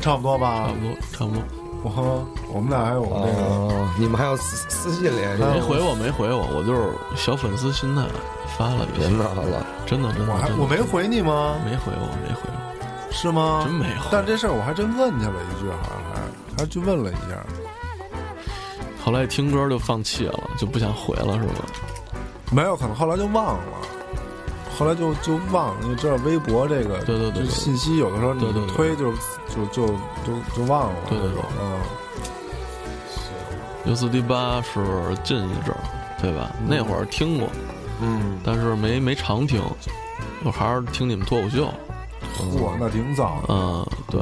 E: 差不多
F: 差
E: 吧啊
F: 不。多差不多。
E: 我我们俩还有我们
F: 啊
E: 这
A: 哦，你们还有私私信联系？
F: 没回我，没回我，我就是小粉丝心态发了一
A: 别
F: 下，
A: 闹了，
F: 真的真
E: 个，我
F: 的
E: 还
F: 真的
E: 我没回你吗？
F: 没回我，没回我，
E: 是吗？
F: 真没有
E: 但这事儿我还真问去了一句，好像还还去问了一下。
F: 后来听歌就放弃了，就不想回了，是吧？
E: 没有，可能后来就忘了，后来就就忘了。你知道微博这个，
F: 对对对对
E: 就是信息有的时候你
F: 对对对
E: 推就就就就就忘了，
F: 对对对
E: 这种嗯，
F: 六四 D 八是近一阵儿，对吧？那会儿听过，
E: 嗯，
F: 但是没没常听，我还是听你们脱口秀，
E: 嚯，那挺早的，
F: 嗯，对，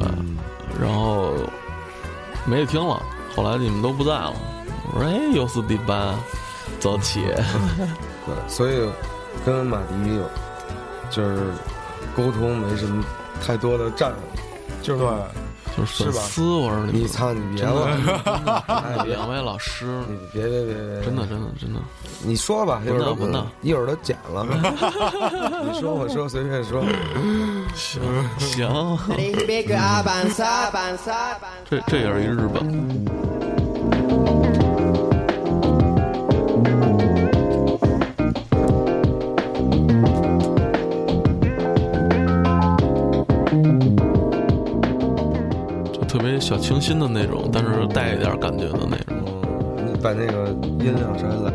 F: 然后没得听了，后来你们都不在了，我说哎，六四 D 八，走起，
A: 对，所以跟马迪有就是沟通没什么太多的战略，就是
E: 对，
F: 就是粉
A: 是吧
F: 丝，我说你
A: 你
F: 们
A: 操，你别了，哎别
F: 两位老师。
A: 你别别别别，
F: 真的，真的，真的，
A: 你说吧，一会儿都
F: 不闹不闹
A: 一会儿都剪 了，你说我说随便说，
F: 行。
J: Ribeiro avanza, avanza, avanza.
F: 这这也是一日本，就特别小清新的那种，但是带一点感觉的那种。
A: 嗯，你把那个音量删了。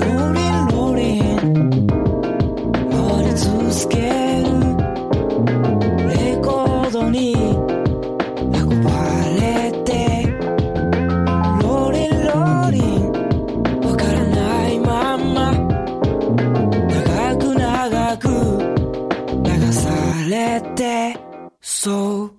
J: Rolling, rolling, heart is too scared. レコードに運ばれて、ローリンローリン、わからないまんま、長く長く流されて、そう。
G: 「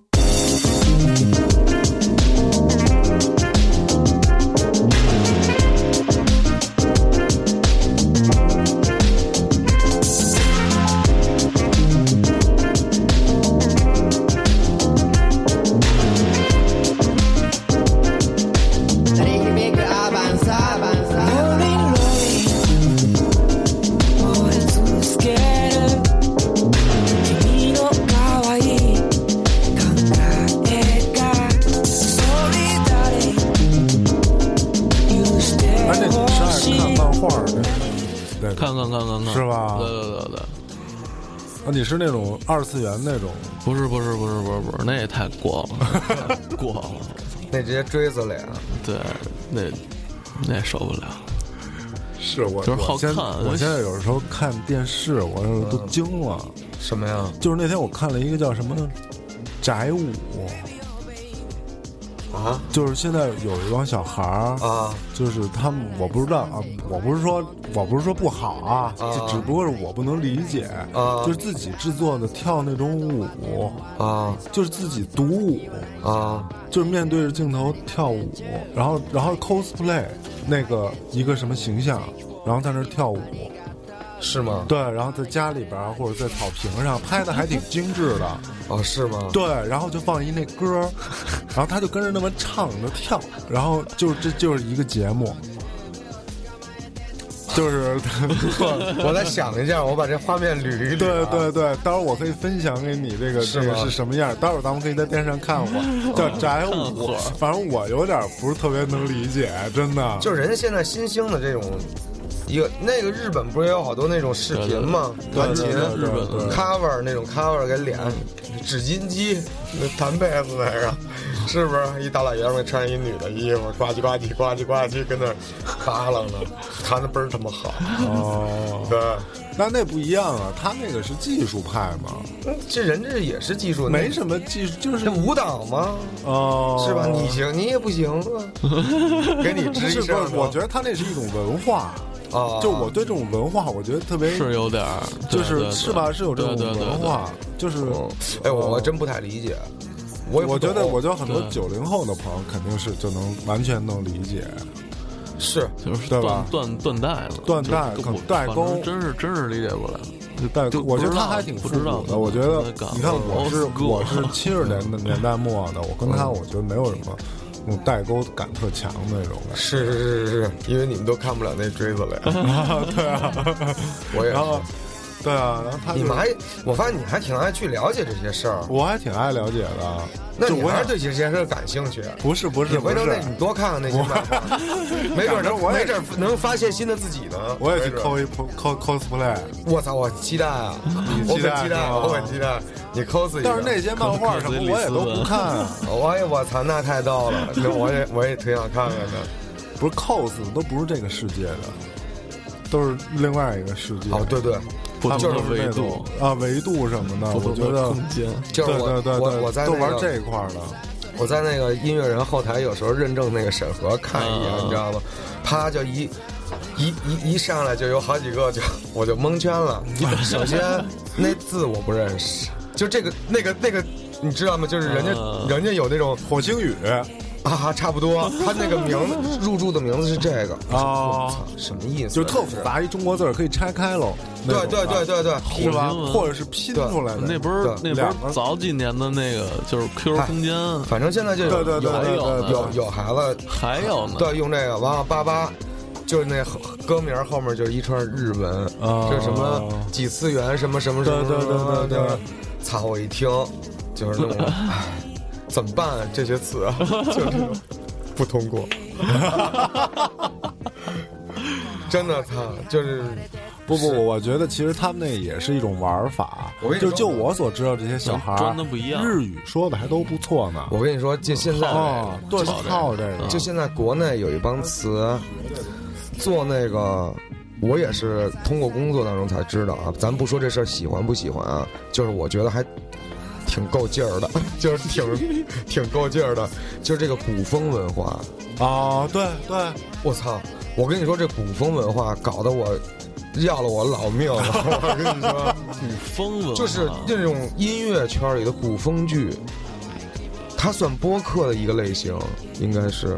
E: 哎
F: 对对，
E: 啊，你是那种二次元那种，
F: 不是不是不是不是不是，那也太过了， 太过了，
A: 那直接追死脸了。
F: 对，那那受不了。
E: 是我
F: 就是好
E: 我现
F: 看嗯
E: 我现在有时候看电视，我都惊了。
A: 什么呀？
E: 就是那天我看了一个叫什么宅舞，
A: 啊
E: 就是现在有一帮小孩儿，
A: 啊
E: 就是他们，我不知道啊，我不是说我不是说不好啊，就只不过是我不能理解，
A: 啊
E: 就是自己制作的跳那种舞，
A: 啊
E: 就是自己独舞，
A: 啊！
E: 就是面对着镜头跳舞，然后然后 cosplay 那个一个什么形象，然后在那儿跳舞，
A: 是吗？
E: 对，然后在家里边儿或者在草坪上拍的还挺精致的，
A: 哦，是吗？
E: 对，然后就放一那歌儿，然后他就跟着那么唱着跳，然后就这就是一个节目，就是
A: 啊我再想一下，我把这画面捋啊一捋、
E: 对对，对，到时候我可以分享给你这个
A: 是
E: 这个
A: 吗哦
E: 是什么样儿，待会儿咱们可以在电视上看我，叫宅舞，反正我有点儿不是特别能理解，真的
A: 就是人家现在新兴的这种。一个那个日本不是也有好多那种视频吗？
E: 对
A: 弹琴，
E: 对对对对对对
A: cover 那种 cover 给脸，纸巾机，那弹贝斯那个，是不是？一大老爷们儿穿一女的衣服，呱唧呱唧呱唧呱唧跟那儿扒拉呢，弹的倍儿他妈好。
E: 哦，
A: 对，
E: 那那不一样啊，他那个是技术派嘛，
A: 嗯这人这也是技术，
E: 没什么技术，就是
A: 这舞蹈吗？
E: 哦，
A: 是吧？你行，你也不行啊，给你
E: 不
A: 支
E: 是
A: 一
E: 不
A: 下
E: 是，我觉得他那是一种文化。
A: 啊，
E: 就我对这种文化，我觉得特别
F: 是有点儿，
E: 嗯
F: 对
E: 就
F: 对
E: 是
F: 对
E: 是吧？是有这种
F: 对对对
E: 文
F: 对哦
E: 化，就是
A: 哎，我我真不太理解，我
E: 我
A: 也不
E: 我觉得，
A: 懂
E: 我觉得很多
F: 对
E: 九零后的朋友肯定是就能完全能理解，
A: 是
F: 就是
E: 对
F: 断
E: 吧
F: 断断代了，
E: 断代
F: 就是
E: 可
F: 我
E: 代沟
F: 反正真是真是理解不了。
E: 但
F: 就
E: 我觉得
F: 不知
E: 他
F: 道
E: 还挺复
F: 不知道
E: 古的。我觉得
F: 在干嘛
E: 你看，我是
F: Old school
E: 我是七十年的年代末的，我跟
F: 嗯
E: 他我觉得没有什么那种代沟感特强的那种感觉。
A: 是是是是是，因为你们都看不了那锥子 了，
E: 啊 对啊，
A: 我也
E: 然后
A: 是。
E: 对啊，然后他
A: 你
E: 就
A: 们还，我发现你还挺爱去了解这些事儿，
E: 我还挺爱了解的。
A: 那
E: 就
A: 你
E: 我
A: 还
E: 也
A: 是对这些事儿感兴趣。
E: 不是不
A: 你
E: 是不
A: 回头那
E: 是，
A: 你多看看那些漫画，没准儿能
E: 我也
A: 没准儿能发现新的自己呢。
E: 我也
A: 没
E: 去
A: 准儿
E: cos 一 cos cosplay。
A: 我操，我期待啊！我
E: 期待
A: 很期
E: 是
A: 待，啊
E: 吗
A: 我很期待你 cos 一个。
E: 但是那些漫画什么我也都不看啊，
A: 我也我操，那太逗了，那我也我也挺想看看的。
E: 不是 cos 都不是这个世界的，都是另外一个世界。
A: 哦，对对，
F: 不
E: 他们
F: 同
E: 都
F: 的
E: 是
F: 维
E: 那
F: 度
E: 种，啊，维度什么的，
F: 不同
E: 我觉
F: 的
E: 得
F: 空间，
A: 就是我
E: 对对对
A: 我我在
E: 都
A: 那
E: 玩
A: 个
E: 这一块儿的。
A: 我在那个音乐人后台有时候认证那个审核看一眼，
F: 嗯
A: 你知道吗？啪就一一一一上来就有好几个就我就蒙圈 了。首先那字我不认识，就这个那个那个。你知道吗？就是人家、
F: 嗯
A: 人家有那种
E: 火星雨
A: 啊，差不 多，他那个名字入住的名字是这个，
F: 哦
E: 啊，
A: 什么意思？
E: 就特复杂，一中国字儿可以拆开喽。那
A: 对
E: 种
A: 对对
E: 的，
A: 对对，
E: 是吧
F: 火星？文
E: 或者是拼出来的。
F: 那不是
A: 对
F: 那不
E: 两个
F: 是早几年的那个就是 QQ 空间，
A: 反正现在就有
E: 对对对
A: 有
F: 啊
E: 对对对
A: 有有孩子
F: 还有呢，
A: 对，用这个完了八八，就是那后歌名后面就是一串日文，
E: 啊
A: 就是什么几次元什么什么什么，
E: 对对对对对
A: 就是操！我一听就是那 种，唉怎么办啊、这些词啊， 就是这种不通过，真的操，就是
E: 不不，我觉得其实他们那也是一种玩儿法
A: 我跟。你
E: 就
A: 说
E: 就我所知道，这些小孩儿
F: 装的不一样
E: 日语说的还都不错呢。
A: 我跟你说，就现在、
E: 哦，对，靠这个
A: 就现在国内有一帮词，做那个，我也是通过工作当中才知道啊。咱不说这事儿喜欢不喜欢啊，就是我觉得还挺够劲儿的， 就是挺挺够劲儿的，就是这个古风文化。
E: 啊，对对，
A: 我操！我跟你说，这古风文化搞得我要了我老命了。 我跟你说，
F: 风文化
A: 就是那种音乐圈里的古风剧，它算播客的一个类型，应该是。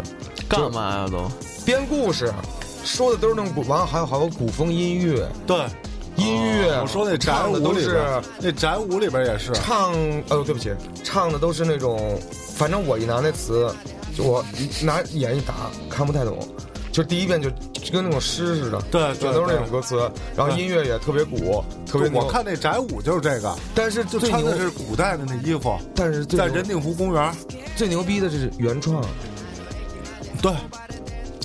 F: 干嘛呀都？
A: 编故事，说的都是那种古，完了还有好多古风音乐，
E: 对，
A: 音乐。
E: 哦我说那宅
A: 唱
E: 舞
A: 的都
E: 里边
A: 是
E: 儿，那宅舞里边儿也是
A: 唱，呃，对不起，唱的都是那种，反正我一拿那词，就我一拿眼一打，看不太懂。就第一遍就就跟那种诗似的，
E: 对
A: 就
E: 对
A: 都是那种
E: 对
A: 歌词，然后音乐也特别古，特别
E: 就
A: 牛
E: 我，看那宅舞就是这个，
A: 但是
E: 就
A: 最
E: 穿
A: 牛
E: 的，是古代的那衣服，
A: 但是最
E: 在
A: 牛
E: 人定湖公园。
A: 最牛逼的是原创，
E: 对，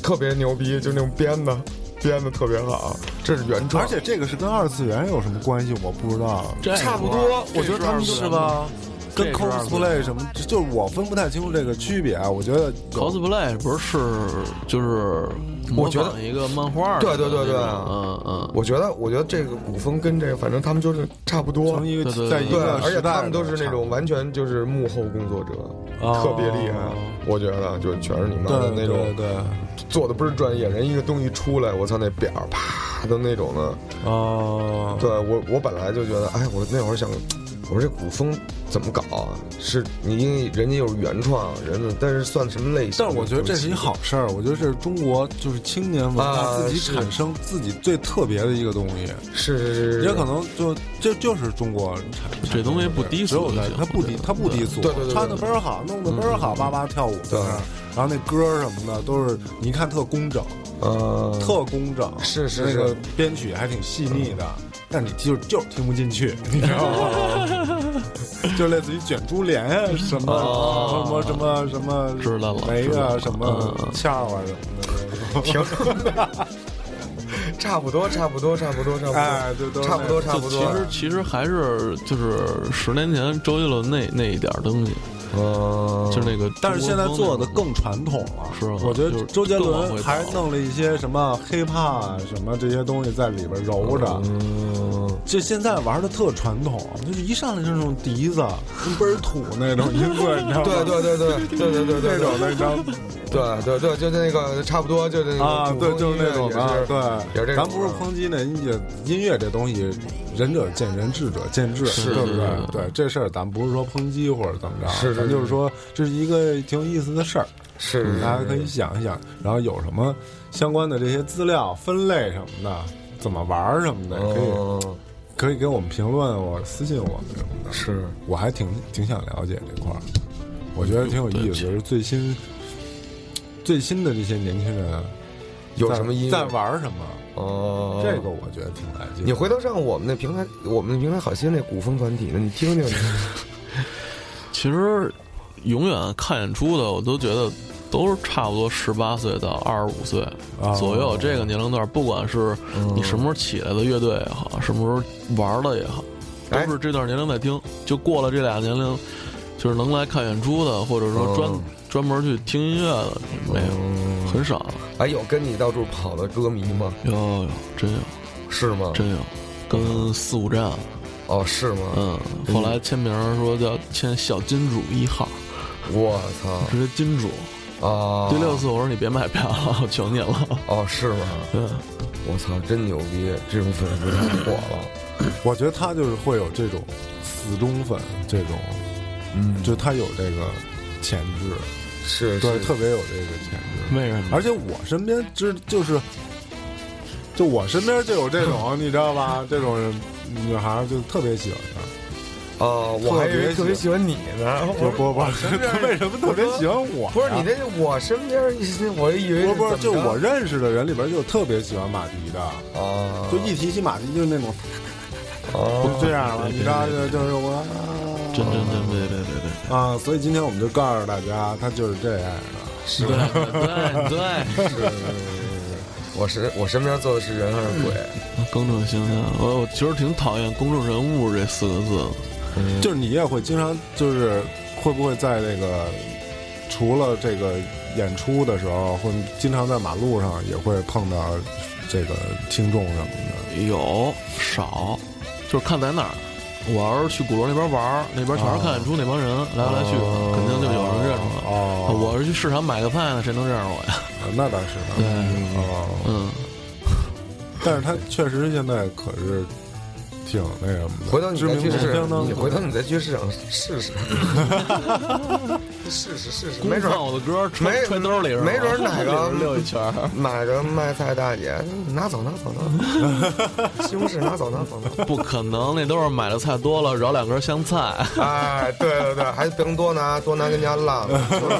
A: 特别牛逼，就那种编的，编的特别好，这是原创，
E: 而且这个是跟二次元有什么关系？我不知道。
F: 这个
A: 差不多
F: 这
E: 我觉得他们
F: 是
E: 是
F: 二次元
E: 吧？跟
F: 这是二次元
E: cosplay 什么，就就是我分不太清楚这个区别啊。我觉得有
F: ？cosplay 不是就是
A: 我
F: 模
A: 觉得
F: 仿一个漫画儿的
A: 对
F: 那
A: 对
F: 种，
A: 对对
F: 嗯嗯，
A: 我觉得，我觉得这个古风跟这个，反正他们就是差不多
E: 从。一
F: 对
E: 个
F: 对
E: 在
F: 对
E: 一
A: 对，
E: 个
A: 而且
E: 时代
A: 他们都是那种
E: 的
A: 完全就是幕后工作者，
E: 哦
A: 特别厉害。我觉得啊就全是你妈
E: 产
A: 的
E: 品
A: 那
E: 对对
A: 种
E: 对
A: 做的不是专业人，一个东西出来，我操那表儿啪的那种的。
E: 哦，
A: 对我，我本来就觉得，哎，我那会儿想，我说这古风怎么搞啊？是你因为人家又是原创，人家但是算什么类型？
E: 但是我觉得这是一好事儿，我觉得这是中国就是青年文化
A: 啊
E: 自己
A: 是
E: 产生自己最特别的一个东西，
A: 是是是，是
E: 也可能就这就是中国产
F: 这东西不低
E: 只有
F: 俗就
E: 在
F: 行，
E: 他不低，他不低俗，
A: 对对对对嗯
E: 穿的倍儿好，弄得倍儿好，叭叭跳舞在那儿，然后那歌儿什么的都是你一看特工整，
A: 呃，
E: 特工整，
A: 是是
E: 那
A: 是
E: 个编曲还挺细腻的，但你就就是听不进去，你知道吗？ 就类似于卷珠帘啊，什么
F: 哦
E: 什么什么什么，
F: 知道了
E: 没
F: 知道
E: 啊，
F: 了
E: 什么
F: 嗯
E: 翘啊什么的，
A: 挺 差不多，差不多，差不多，差不多，
E: 哎对都是
A: 差不多，
E: 那
A: 差不多。
F: 其实其实还是就是十年前周杰伦那那一点儿东西，
A: 嗯，
F: 就是那个中国风那种，
E: 但是现在做的更传统了，
F: 是吗
E: 我觉
F: 就
E: 得
F: 是
E: 周杰
F: 更往
E: 伦
F: 回
E: 还
F: 倒
E: 弄了一些什么 hiphop 啊什么这些东西在里边揉着。
F: 嗯
E: 就现在玩的特传统，就是一上来就是那种笛子，跟倍儿土那种音色，你知道吗？
A: 对对对对对对对
E: 那
A: 对
E: 种的，你知道吗？
A: 对对对，就那个差不多，就那个
E: 啊，
A: 古风
E: 对，就是那种
A: 音乐也
E: 的，
A: 是也是。
E: 对
A: 这种。
E: 咱不是抨击那音乐，音乐这东西，仁者见仁，智者见智，
F: 是
E: 对不对
F: 是是？
E: 对这事儿，咱不是说抨击或者怎么着，啊
A: 是是
E: 咱就是说这是一个挺有意思的事儿。
A: 是哦
E: 大家可以想一想，然后有什么相关的这些资料分类什么的，怎么玩儿什么的，可以
A: 嗯，
E: 可以给我们评论，啊我私信我们什么的。
A: 是
E: 我还挺挺想了解这块儿，我觉得挺有意思，就是最新最新的这些年轻人啊
A: 有
E: 在
A: 什么音乐
E: 在玩儿什么，
A: 哦，
E: 这个我觉得挺来劲的。
A: 你回头上我们那平台，我们那平台好些那古风团体呢，你听听。
F: 其实永远看演出的，我都觉得都是差不多十八岁到二十五岁
E: 哦
F: 左右这个年龄段，不管是你什么时候起来的乐队也好，什么时候玩的也好，都
A: 哎
F: 是这段年龄在听。就过了这俩年龄，就是能来看演出的，或者说专
A: 嗯
F: 专门去听音乐的，没有，很少。
A: 哎，有跟你到处跑的歌迷吗？
F: 有有，真有
A: 是吗？
F: 真有，跟四五站，
A: 哦，是吗？
F: 嗯，后来签名儿说叫签小金主一号，
A: 我
F: 直接金主。
A: 操啊！
F: 第六次我说你别买票了，我求你了。
A: 哦，是吗？
F: 嗯，
A: 我操，真牛逼！这种粉丝太火了。
E: 我觉得他就是会有这种死忠粉，这种，嗯，就他有这个潜质，
A: 是
E: 对，
A: 是，
E: 特别有这个潜 质。
F: 为什么？
E: 而且我身边知就是，就我身边就有这种，你知道吧？这种人女孩儿就特别喜欢他，
A: 啊，我还以为特别喜欢你呢。
E: 就
A: 我
E: 不不，他为什么特别喜欢我呀？
A: 不是你那，我身边一些，我以为
E: 啊不是不
A: 怎
E: 是，就
A: 么着
E: 我认识的人里边就特别喜欢马迪的，
A: 啊，
E: 就一提起马迪就是那种
A: 啊
E: 就这样了，你知道就就是我。
F: 真真真别别别别！
E: 啊，所以今天我们就告诉大家，他就是这样的。
F: 对对 对，
A: 是，我身我身边坐的是人还是鬼？
E: 嗯
F: 公众形象，我我其实挺讨厌“公众人物”这四个字的。
E: 就是你也会经常就是会不会在这个除了这个演出的时候，会经常在马路上也会碰到这个听众什么的。
F: 有少，就是看在哪儿。我要是去鼓楼那边玩儿，那边全是看演出那帮人，来来去，肯定就有人认出我。
E: 哦，
F: 我要是去市场买个菜呢，谁能认识我呀？
E: 那倒是
F: 对
E: 的。，哦，
F: 嗯，
E: 但是他确实现在可是挺那什么的，
A: 回头你
E: 知
A: 再
E: 名
A: 去
E: 度
A: 市
E: 相
A: 场，
E: 当
A: 你
E: 高
A: 回头你再去市场试试，试试试试，
F: 公
A: 没准
F: 放
A: 儿
F: 我的歌，
A: 没
F: 揣揣兜里是吧
A: 没准儿哪个
F: 溜一圈儿。
A: 哪个卖菜大姐拿走拿走拿 走，西红柿拿走拿走拿走。
F: 不可能，那都是买的菜多了，饶两根香菜。
A: 哎，对对对，还甭多拿，多拿跟家浪，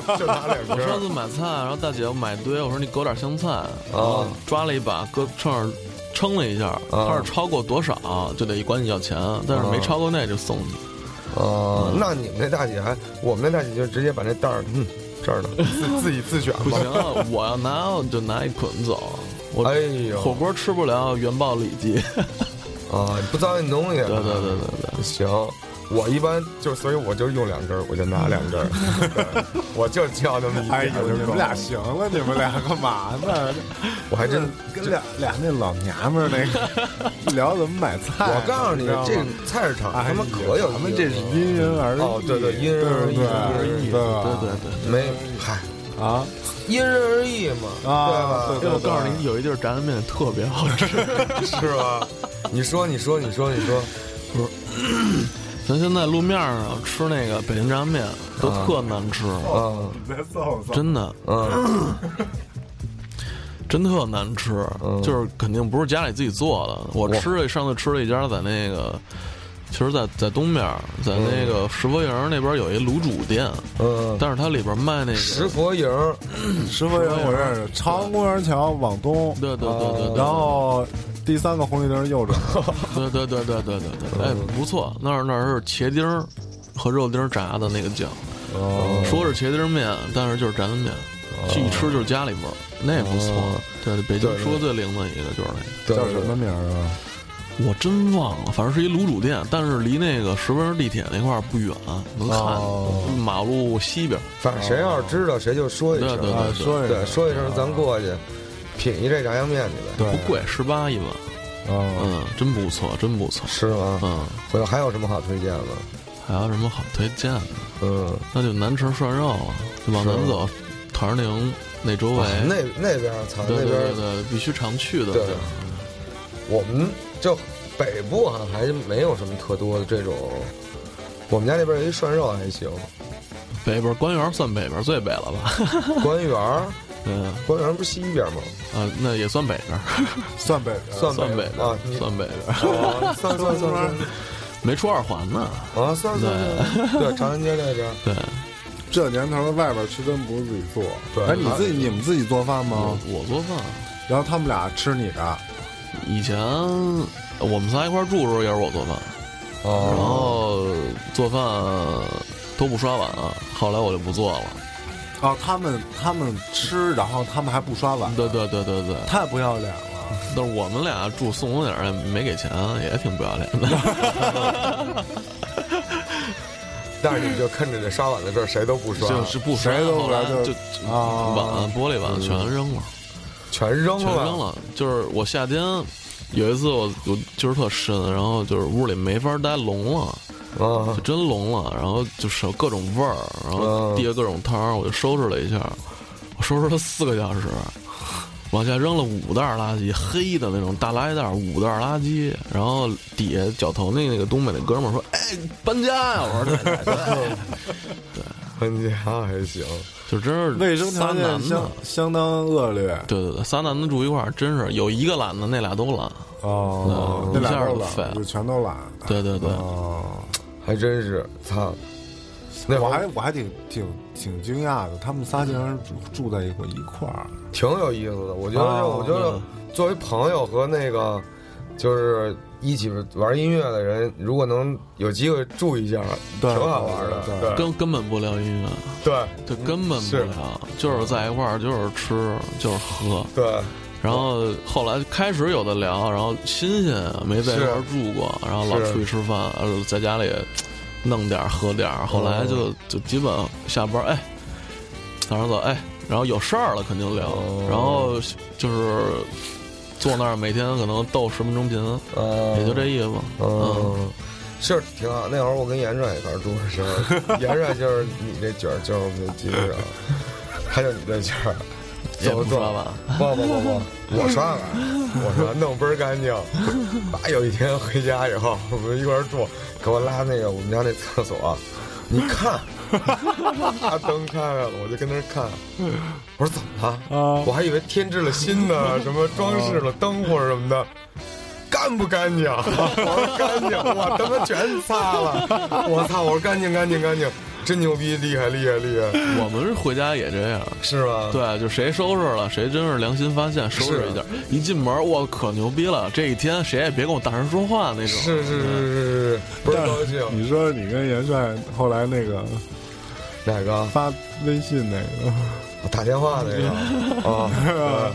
A: 就就拿两
F: 我上
A: 根。
F: 次买菜，然后大姐我买一堆，我说你给我点香菜，
A: 啊
F: 然后抓了一把，搁秤上称了一下，
A: 啊
F: 它是超过多少就得管你要钱，但是没超过那就送你。
A: 哦，那你们那大姐还，我们那大姐就直接把那 袋儿，嗯，这儿呢，自自己自选
F: 不
A: 吧
F: 行。，我要拿我就拿一捆走，我
A: 哎呦
F: 火锅吃不了，原爆里脊。
A: 啊，你不糟践东西。
F: 对对对对对，
A: 行，我一般就所以我就用两根儿，我就拿两 根儿，对我就挑那么一
E: 哎
A: 点
E: 呦
A: 儿，就
E: 你
A: 够
E: 们俩行了，你们俩干嘛呢？
A: 我 还真
E: 跟俩俩那老娘们儿那个聊怎么买菜。
A: 我告诉你
E: 知道吗，
A: 这个菜市场
E: 哎
A: 他们可有意思了，
E: 咱们这是因人而异。
A: 哦对对因人而异
E: 对
A: 因人而异
E: 不对
F: 对
E: 对
F: 对对。
A: 没嗨，
E: 对啊
A: 因人而异嘛，
E: 啊！
A: 对
F: 因
E: 对
F: 为我告诉你，，有一地儿炸酱面特别好吃。
A: 吧？是吧？ 你说，你说，你说，你说，
F: 咱现在路面上吃那个北京炸酱面都特难吃，
A: 嗯
E: 对对你再搜搜。
F: 真的
A: 嗯，
F: 真特难吃，
A: 嗯
F: 就是肯定不是家里自己做的。我吃了上次吃了一家在那个，其实在在东边儿，在那个石佛营那边有一卤煮店，
A: 嗯
F: 但是它里边卖那个，
A: 石佛营儿
E: 石佛园我认识，朝阳公园桥往东，
F: 对对对对对
A: 哦
E: 然后第三个红绿灯 右转，
F: 对对对对对对对，
A: 嗯
F: 哎，不错，那儿那儿是茄丁儿和肉丁儿炸的那个酱，
E: 哦
A: 嗯
F: 说是茄丁儿面，但是就是炸酱面，
A: 哦
F: 去一吃就是家里味儿，那也不错。
A: 嗯
F: 对，北京说最灵的一个就是那
A: 对
F: 个。
E: 叫什么名儿啊？
F: 我真忘了，反正是一卤煮店，但是离那个石门地铁那块儿不远，能看、
E: 哦
F: 马路西边儿。
A: 反正谁要是知道，谁就说一
F: 哦对
A: 声，
E: 啊
F: 对，
E: 说一啊
A: 对，说一声，咱过去品一这炸酱面去呗，
F: 不
E: 对
F: 贵，十八一碗，
A: 哦
E: 啊，
F: 嗯，真不错，真不错，
A: 是吗？
F: 嗯，
A: 回头还有什么好推荐的？
F: 还有什么好推荐的？
A: 嗯，
F: 那就南城涮肉了，就往南走，陶然亭那周围，
A: 哦那那边儿操，
F: 对
A: 那
F: 对
A: 边
F: 对
A: 儿
F: 对，必须常去的，
A: 对我们就北部好像还没有什么特多的这种。我们家那边儿有一涮肉还 行，
F: 北边官园算北边最北了吧？
A: 官园儿，
F: 嗯
A: 官园儿不是西边儿吗？
F: 啊，那也算北边，
E: 算北边
A: 算
F: 算呃北
A: 北啊，
F: 边，
A: 你
F: 算北边，
A: 哦算算算 算
F: 没出二环呢。
A: 啊，算算算，对，长安街那边儿，
F: 对，
E: 这年头外边吃真不是自己做。
A: 对啊嗯
E: 哎，你自己你们自己做饭
F: 我
A: 哦
E: 吗？
F: 我做饭。
E: 然后他们俩吃你的，
F: 以前我们仨一块儿住的时候也是我做饭，然
A: 哦，
F: 后做饭都不刷碗，啊后来我就不做了。
E: 哦，他们他们吃，然后他们还不刷碗，
F: 对嗯对对对对，
E: 太不要脸了。
F: 但是我们俩住宋红点儿也没给钱，啊也挺不要 脸的，
A: 但是你就看着这刷碗的事儿，谁都不啊刷，
F: 就是不刷，
E: 谁都
F: 后来
E: 不来
F: 就
E: 就啊
F: 碗玻璃碗全扔了。
A: 全扔
F: 全扔了。就是我夏天有一次我我就是特深，然后就是屋里没法待聋了，
A: 啊
F: 就，真聋了，然后就是各种味儿，然
E: 嗯
F: 后地下各种汤儿，我就收拾了一下，我收拾了四个小时。往下扔了五袋垃圾，黑的那种大垃圾袋，五袋垃圾。然后底下脚头那那个东北那哥们儿说：“哎，搬家呀！”我说对：“对，对
A: 搬家啊还行，
F: 就真是
E: 卫生
F: 仨
E: 条件
F: 男的
E: 相，相当恶劣
F: 对对对，仨男的住一块儿，真是有一个懒的，那俩都懒。
E: 哦，那
F: 嗯一下
E: 俩都
F: 就废了
E: 懒，就全都懒。
F: 对对对，
E: 哦，
A: 还真是，操，那
E: 我
A: 会
E: 还
A: 儿
E: 我还挺挺挺惊讶的，他们仨竟然住住在一块一块儿。
A: 挺有意思的。我觉得，
E: 哦
A: 我觉得作为朋友和那个就是一起玩音乐的人，如果能有机会住一下，挺
E: 对
A: 好玩的。
E: 对
A: 对
F: 根根本不聊音乐，
A: 对
F: 就根本不
A: 是
F: 聊，就是在一块儿，就是吃，就是喝。
A: 对，
F: 然后后来开始有的聊，然后新鲜啊没在一块儿住过，然后老
A: 是
F: 出去吃饭，呃，在家里弄点儿喝点儿。后来就就基本下班，哎，早上走，哎，然后有事儿了肯定聊，然后就是坐那儿每天可能斗十分钟频，
A: 嗯
F: 也就这意思。嗯，
A: 嗯，是挺好。那会儿我跟严帅一块儿住的时 候，严帅就是你这角儿，就是我们的机长，他就你这角儿。
F: 也
A: 走
F: 不
A: 走
F: 刷碗，
A: 不不不不，我刷碗，我 说弄倍儿干净。爸有一天回家以后， 我们一块儿住，给我拉那个我们家那厕所，你看， 把灯开开了，我就跟那儿看，我说怎么了？我还以为添置了新的什么装饰了灯或者什么的。干不干净？我说干净，我他妈全擦了。我操！我说干净干净干净，真牛逼，厉害厉害厉害，
F: 嗯我们回家也这样。
A: 是吧？
F: 对，啊就谁收拾了，谁真是良心发现，收拾一下。一进门，我可牛逼了，这一天谁也别跟我大声说话那种。
A: 是是是是是是，不是高兴。
E: 你说你跟元帅后来那个
A: 哪个？
E: 发微信那个，
A: 哦 我打电话那个啊，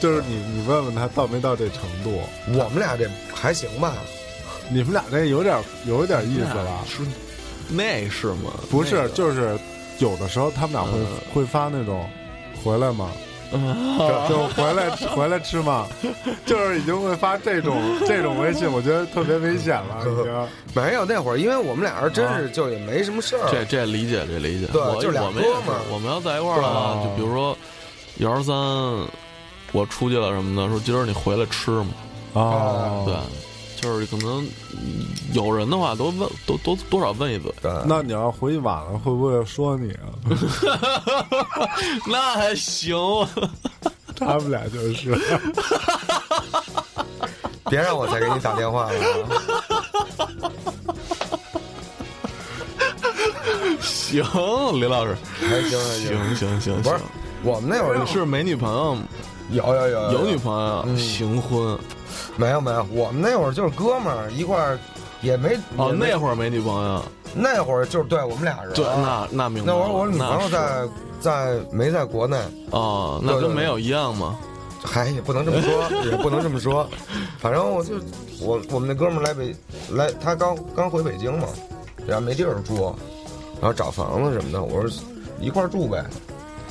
E: 就是你你问问他到没到这程度，
A: 我们俩这还行吧？
E: 你们俩这有点有点意思了，
F: 是那是吗？
E: 不
F: 那
E: 是
F: 个？
E: 就是有的时候他们俩
A: 呃
E: 会会发那种回来 吗？就回来吃回来吃嘛， 就是已经会发这种这种微信，我觉得特别危险 了，已经。
A: 没有那会儿，因为我们俩人真是就也没什么事儿，
F: 这这理解这理解，
A: 对
F: 我
A: 就俩
F: 我们也
A: 哥们儿
F: 是，我们要在一块儿了，啊
E: 对
F: 就比如说幺二三，我出去了什么的，说今儿你回来吃嘛，
E: 哦，
F: 对，就是可能有人的话都问都都多少问一 嘴，
A: 对
E: 啊那你要回去晚了，会不会说 你啊？
F: 那还行，
E: 他们俩 就是，
A: 别让我再给你打电话了啊。
F: 行，李老师，
A: 还行还行，
F: 行行行，
A: 哎不是
F: 行
A: 我们那会儿
F: 你是没女朋友吗，
A: 有有有
F: 有女朋
A: 嗯
F: 友，行婚
A: 没有没有，我们那会儿就是哥们儿一块儿，也没
F: 哦，
A: 也没
F: 那会儿没女朋友，
A: 那会儿就是对我们俩人，啊
F: 对，那那明白
A: 那
F: 了，
A: 会儿我女朋友
F: 那是
A: 在在没在国内，
F: 哦，那
A: 对对
F: 跟
A: 对
F: 没有一样嘛，
A: 嗨，也不能这么 说，也不能这么说，反正我就我我们那哥们儿来北来，他刚刚回北京嘛，然后没地儿住，然后找房子什么的，我说一块儿住呗，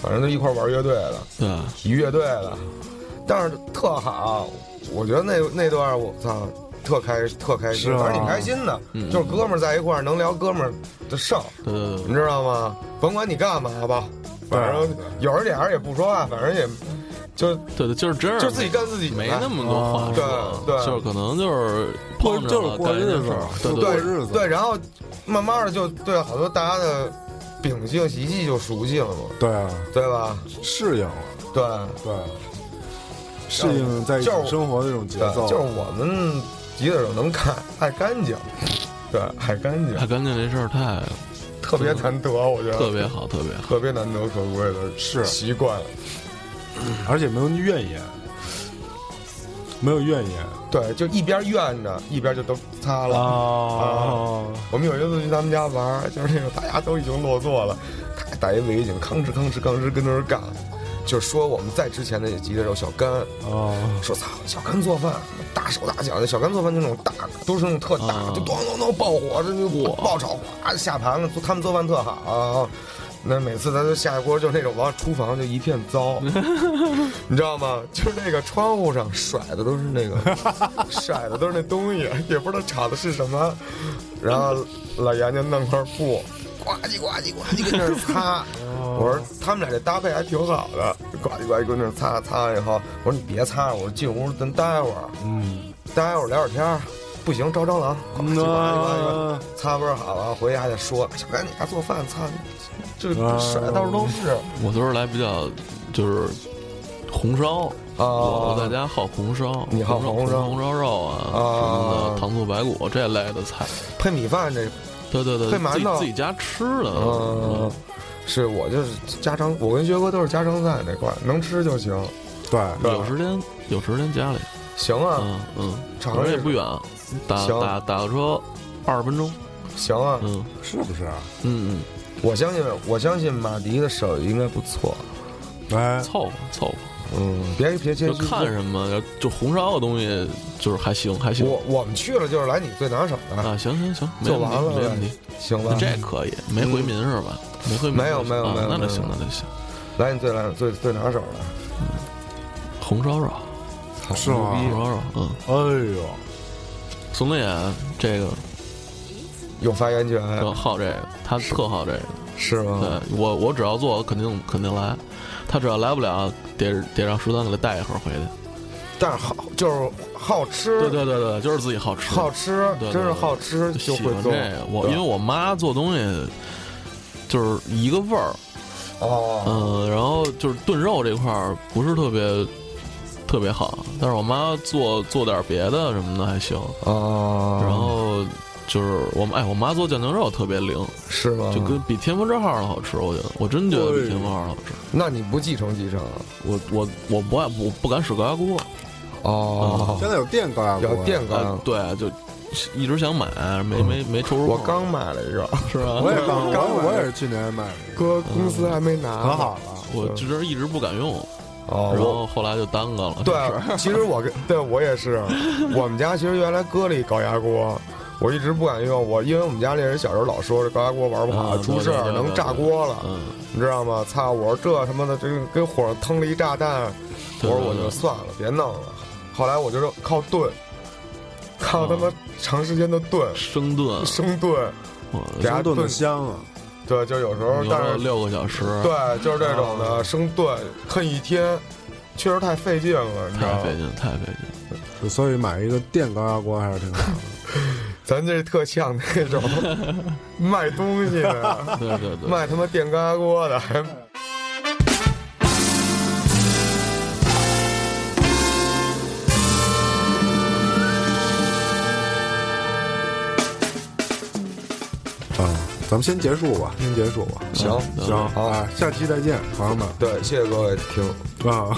A: 反正就一块儿玩乐队的，
F: 对，
A: 一乐队的，但是特好，我觉得那那段我操。特开特开心，
E: 是吗嗯
A: 反正挺开心的，就是哥们儿在一块儿能聊哥们儿的事儿，
F: 对对对
A: 你知道吗？甭管你干嘛吧，反正有人俩人也不说话，反正也就
F: 对对，就是真是
A: 就自己干自己的呗，
F: 没那么多话说，
A: 啊对对
F: 就是可能就是
E: 过
F: 碰着
E: 就是
F: 了
E: 过
F: 干一件
E: 日子
F: 事儿
E: 嘛
F: 对
E: 就
A: 对
E: 过
F: 对，
E: 日子
A: 对，然后慢慢的就对好多大家的秉性习气就熟悉了嘛，
E: 对啊，
A: 对吧？
E: 适应了，
A: 对，
E: 对，啊适应在一起生活的这种节
A: 对，
E: 奏，
A: 就是我们吉他手能看爱干净，对，爱干净
F: 太，干净这事儿太
A: 特别难得，我觉得
F: 哎特别好，特别好。
A: 特别难得可贵的
E: 是
A: 习惯，
E: 而且没有怨言，没有怨言
A: 对，就一边怨着一边就都擦了。
F: 啊
E: 啊
A: 我们有一次去他们家玩儿，就是那种大家都已经落座了，他戴一围巾，吭哧吭哧吭哧跟那儿干，就说我们在之前那吉他手小甘，
E: 啊！
A: 说操，小甘做饭大手大脚的，小甘做饭就那种大，都是那种特大，
F: 啊
A: 就咚咚咚爆火，这就爆炒，咵下盘了，他们做饭特好啊。那每次他就下锅，就那种往厨房就一片糟，你知道吗？就是那个窗户上甩的都是那 个，甩的都是那东西，也不知道炒的是什么。然后老杨就弄块布，呱唧呱唧呱唧跟那儿擦。
E: 哦
A: 我说他们俩这搭配还挺好的，呱唧呱唧跟那儿擦擦完以后，我说你别擦了，我说进屋咱待会儿，
E: 嗯，
A: 待会儿聊会儿天儿。不行，招蟑螂，呱唧呱唧呱唧，
E: 那
A: 擦倍儿好啊！回家还得说，小甘你还做饭，擦，这
E: 啊
A: 这甩的到处都是。
F: 我都是来比较就是红烧，我
E: 哦
F: 在家好红烧，
A: 啊你好
F: 红
A: 红烧
F: 红烧肉啊，什
A: 啊
F: 么的糖醋排骨这类的菜，
A: 配米饭这
F: 对对对，
A: 配馒
F: 自己
A: 头
F: 自己家吃的，
A: 嗯，是我就是家常，我跟学哥都是家常菜那块儿，能吃就行。
E: 对，
A: 嗯
F: 有时间有时间家里，
A: 行啊，
F: 嗯嗯，
A: 尝
F: 反正
A: 试
F: 也不远，打
A: 行
F: 打打个车二十分钟，
A: 行啊，
F: 嗯
E: 是不是？
F: 嗯
A: 我相信我相信马迪的手艺应该不错。
E: 哎
F: 嗯，，凑合凑合。
A: 嗯，别别谦
F: 就
A: 虚。
F: 看什么，就红烧的东西，就是还行还行
A: 我我们去了就是来你最拿手的，
F: 啊，行行行，没
A: 就
F: 问题
A: 完了呗
F: 没问题，
A: 行吧嗯
F: 那？这可以，没回民是吧？没回民
A: 没有
F: 是
A: 没
F: 吧
A: 有
F: 啊
A: 没有
F: 那就行
A: 没有
F: 那就行，
A: 来你最拿最最拿手的，
F: 红烧肉，
A: 操
E: 哎是吗
A: 牛
F: 红
A: 逼
F: 烧肉，嗯，
E: 哎呦，
F: 宋冬野这个
A: 有发言权
F: 特好这个，他特好这个，
A: 是吗？
F: 对我我只要做，我肯定肯定来，他只要来不了，得得让十三给他带一盒回去，
A: 但是好就是好吃，
F: 对对对对，就是自己好吃，
A: 好吃
F: 对对，
A: 真是好吃就
F: 喜
A: 会
F: 欢这
A: 做。
F: 个，我
A: 对
F: 因为我妈做东西就是一个味儿。
A: 哦，
F: 嗯，然后就是炖肉这块儿不是特别特别好，但是我妈做做点别的什么的还行。
A: 哦，
F: 然后就是我妈，哎，我妈做酱牛肉特别灵，
A: 是吗？
F: 就跟比天福正号的好吃，我觉得，我真觉得比天福正号好吃。
A: 那你不继承继承啊？
F: 我我我不爱，我不敢使高压锅，
A: 哦，嗯
E: 现在有电高压锅，
A: 有电
F: 啊
A: 缸，，
F: 对，就一直想买，没没没抽出空
A: 嗯我刚买来 着，
F: 是吧？
E: 我也
A: 刚
E: 我我也是去年买的，
A: 哥公司还没拿，
E: 可好，了，
F: 我就是一直不敢用，
A: 哦
F: 然
A: 我
F: 后后来就耽搁了。
A: 对
F: 这事儿，
A: 其实我跟对我也 是，我们家其实原来搁了一高压锅，我一直不敢用。我因为我们家那人小时候老说这高压锅玩不好，
F: 嗯
A: 出事儿
F: 对对对
A: 能
F: 对
A: 炸锅了，
F: 嗯，
A: 你知道吗？操！我说这他妈的，这跟火上腾了一炸弹，我
F: 对
A: 说
F: 对
A: 我
F: 对
A: 就算了，别弄了。后来我就是靠炖，靠他妈长时间的炖，
F: 生炖，
A: 嗯生炖，
F: 我
A: 给它
E: 它炖
A: 炖
E: 的香啊，
A: 对，就有时候，
F: 有时候
A: 但是
F: 六个小时，
A: 对，就是这种
F: 啊
A: 的生炖，啃一天，确实太费劲了，你知道
F: 太
A: 吗
F: 费？劲，太费劲。
E: 所以买一个电高压锅还是挺好的。
A: 咱这特像那 种卖东西的，
F: 对对对，
A: 卖他妈电高压锅的，还
E: 啊，咱们先结束吧，先结束吧。
A: 行
E: 行，
A: 嗯好
E: 啊，下期再见，朋友们
A: 对，谢谢各位听。
E: 啊！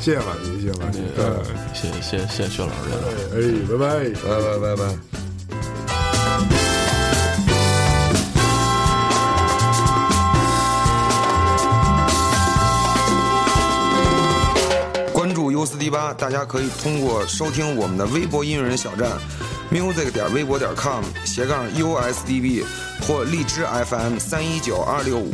E: 谢谢婉琪，谢谢婉琪，
A: 嗯
E: 对，
F: 呃谢谢谢谢谢谢薛老师这个。
E: 哎，拜拜。
A: 拜拜拜拜。
I: 关注 U 四 D 八，大家可以通过收听我们的微博音乐人小站，music 点微博点 com 斜杠 USDB 或荔枝 FM 三一九二六五，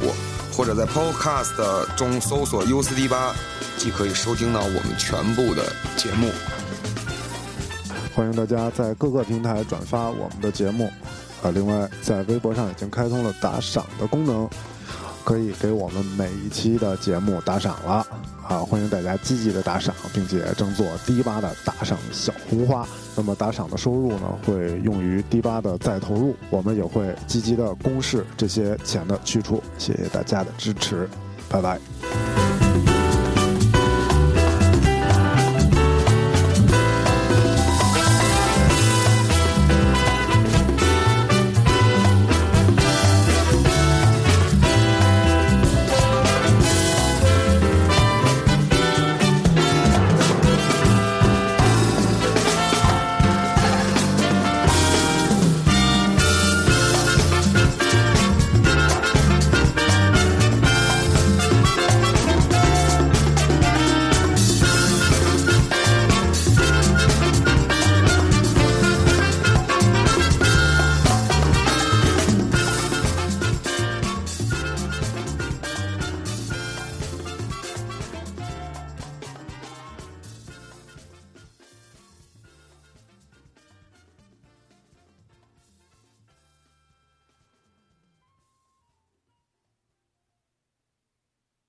I: 或者在 Podcast 中搜索 U 四 D 八，即可以收听到我们全部的节目。
E: 欢迎大家在各个平台转发我们的节目，啊，另外在微博上已经开通了打赏的功能，可以给我们每一期的节目打赏了，啊，欢迎大家积极的打赏，并且争做低八的打赏小红花。那么打赏的收入呢，会用于低八的再投入，我们也会积极的公示这些钱的去处。谢谢大家的支持，拜拜。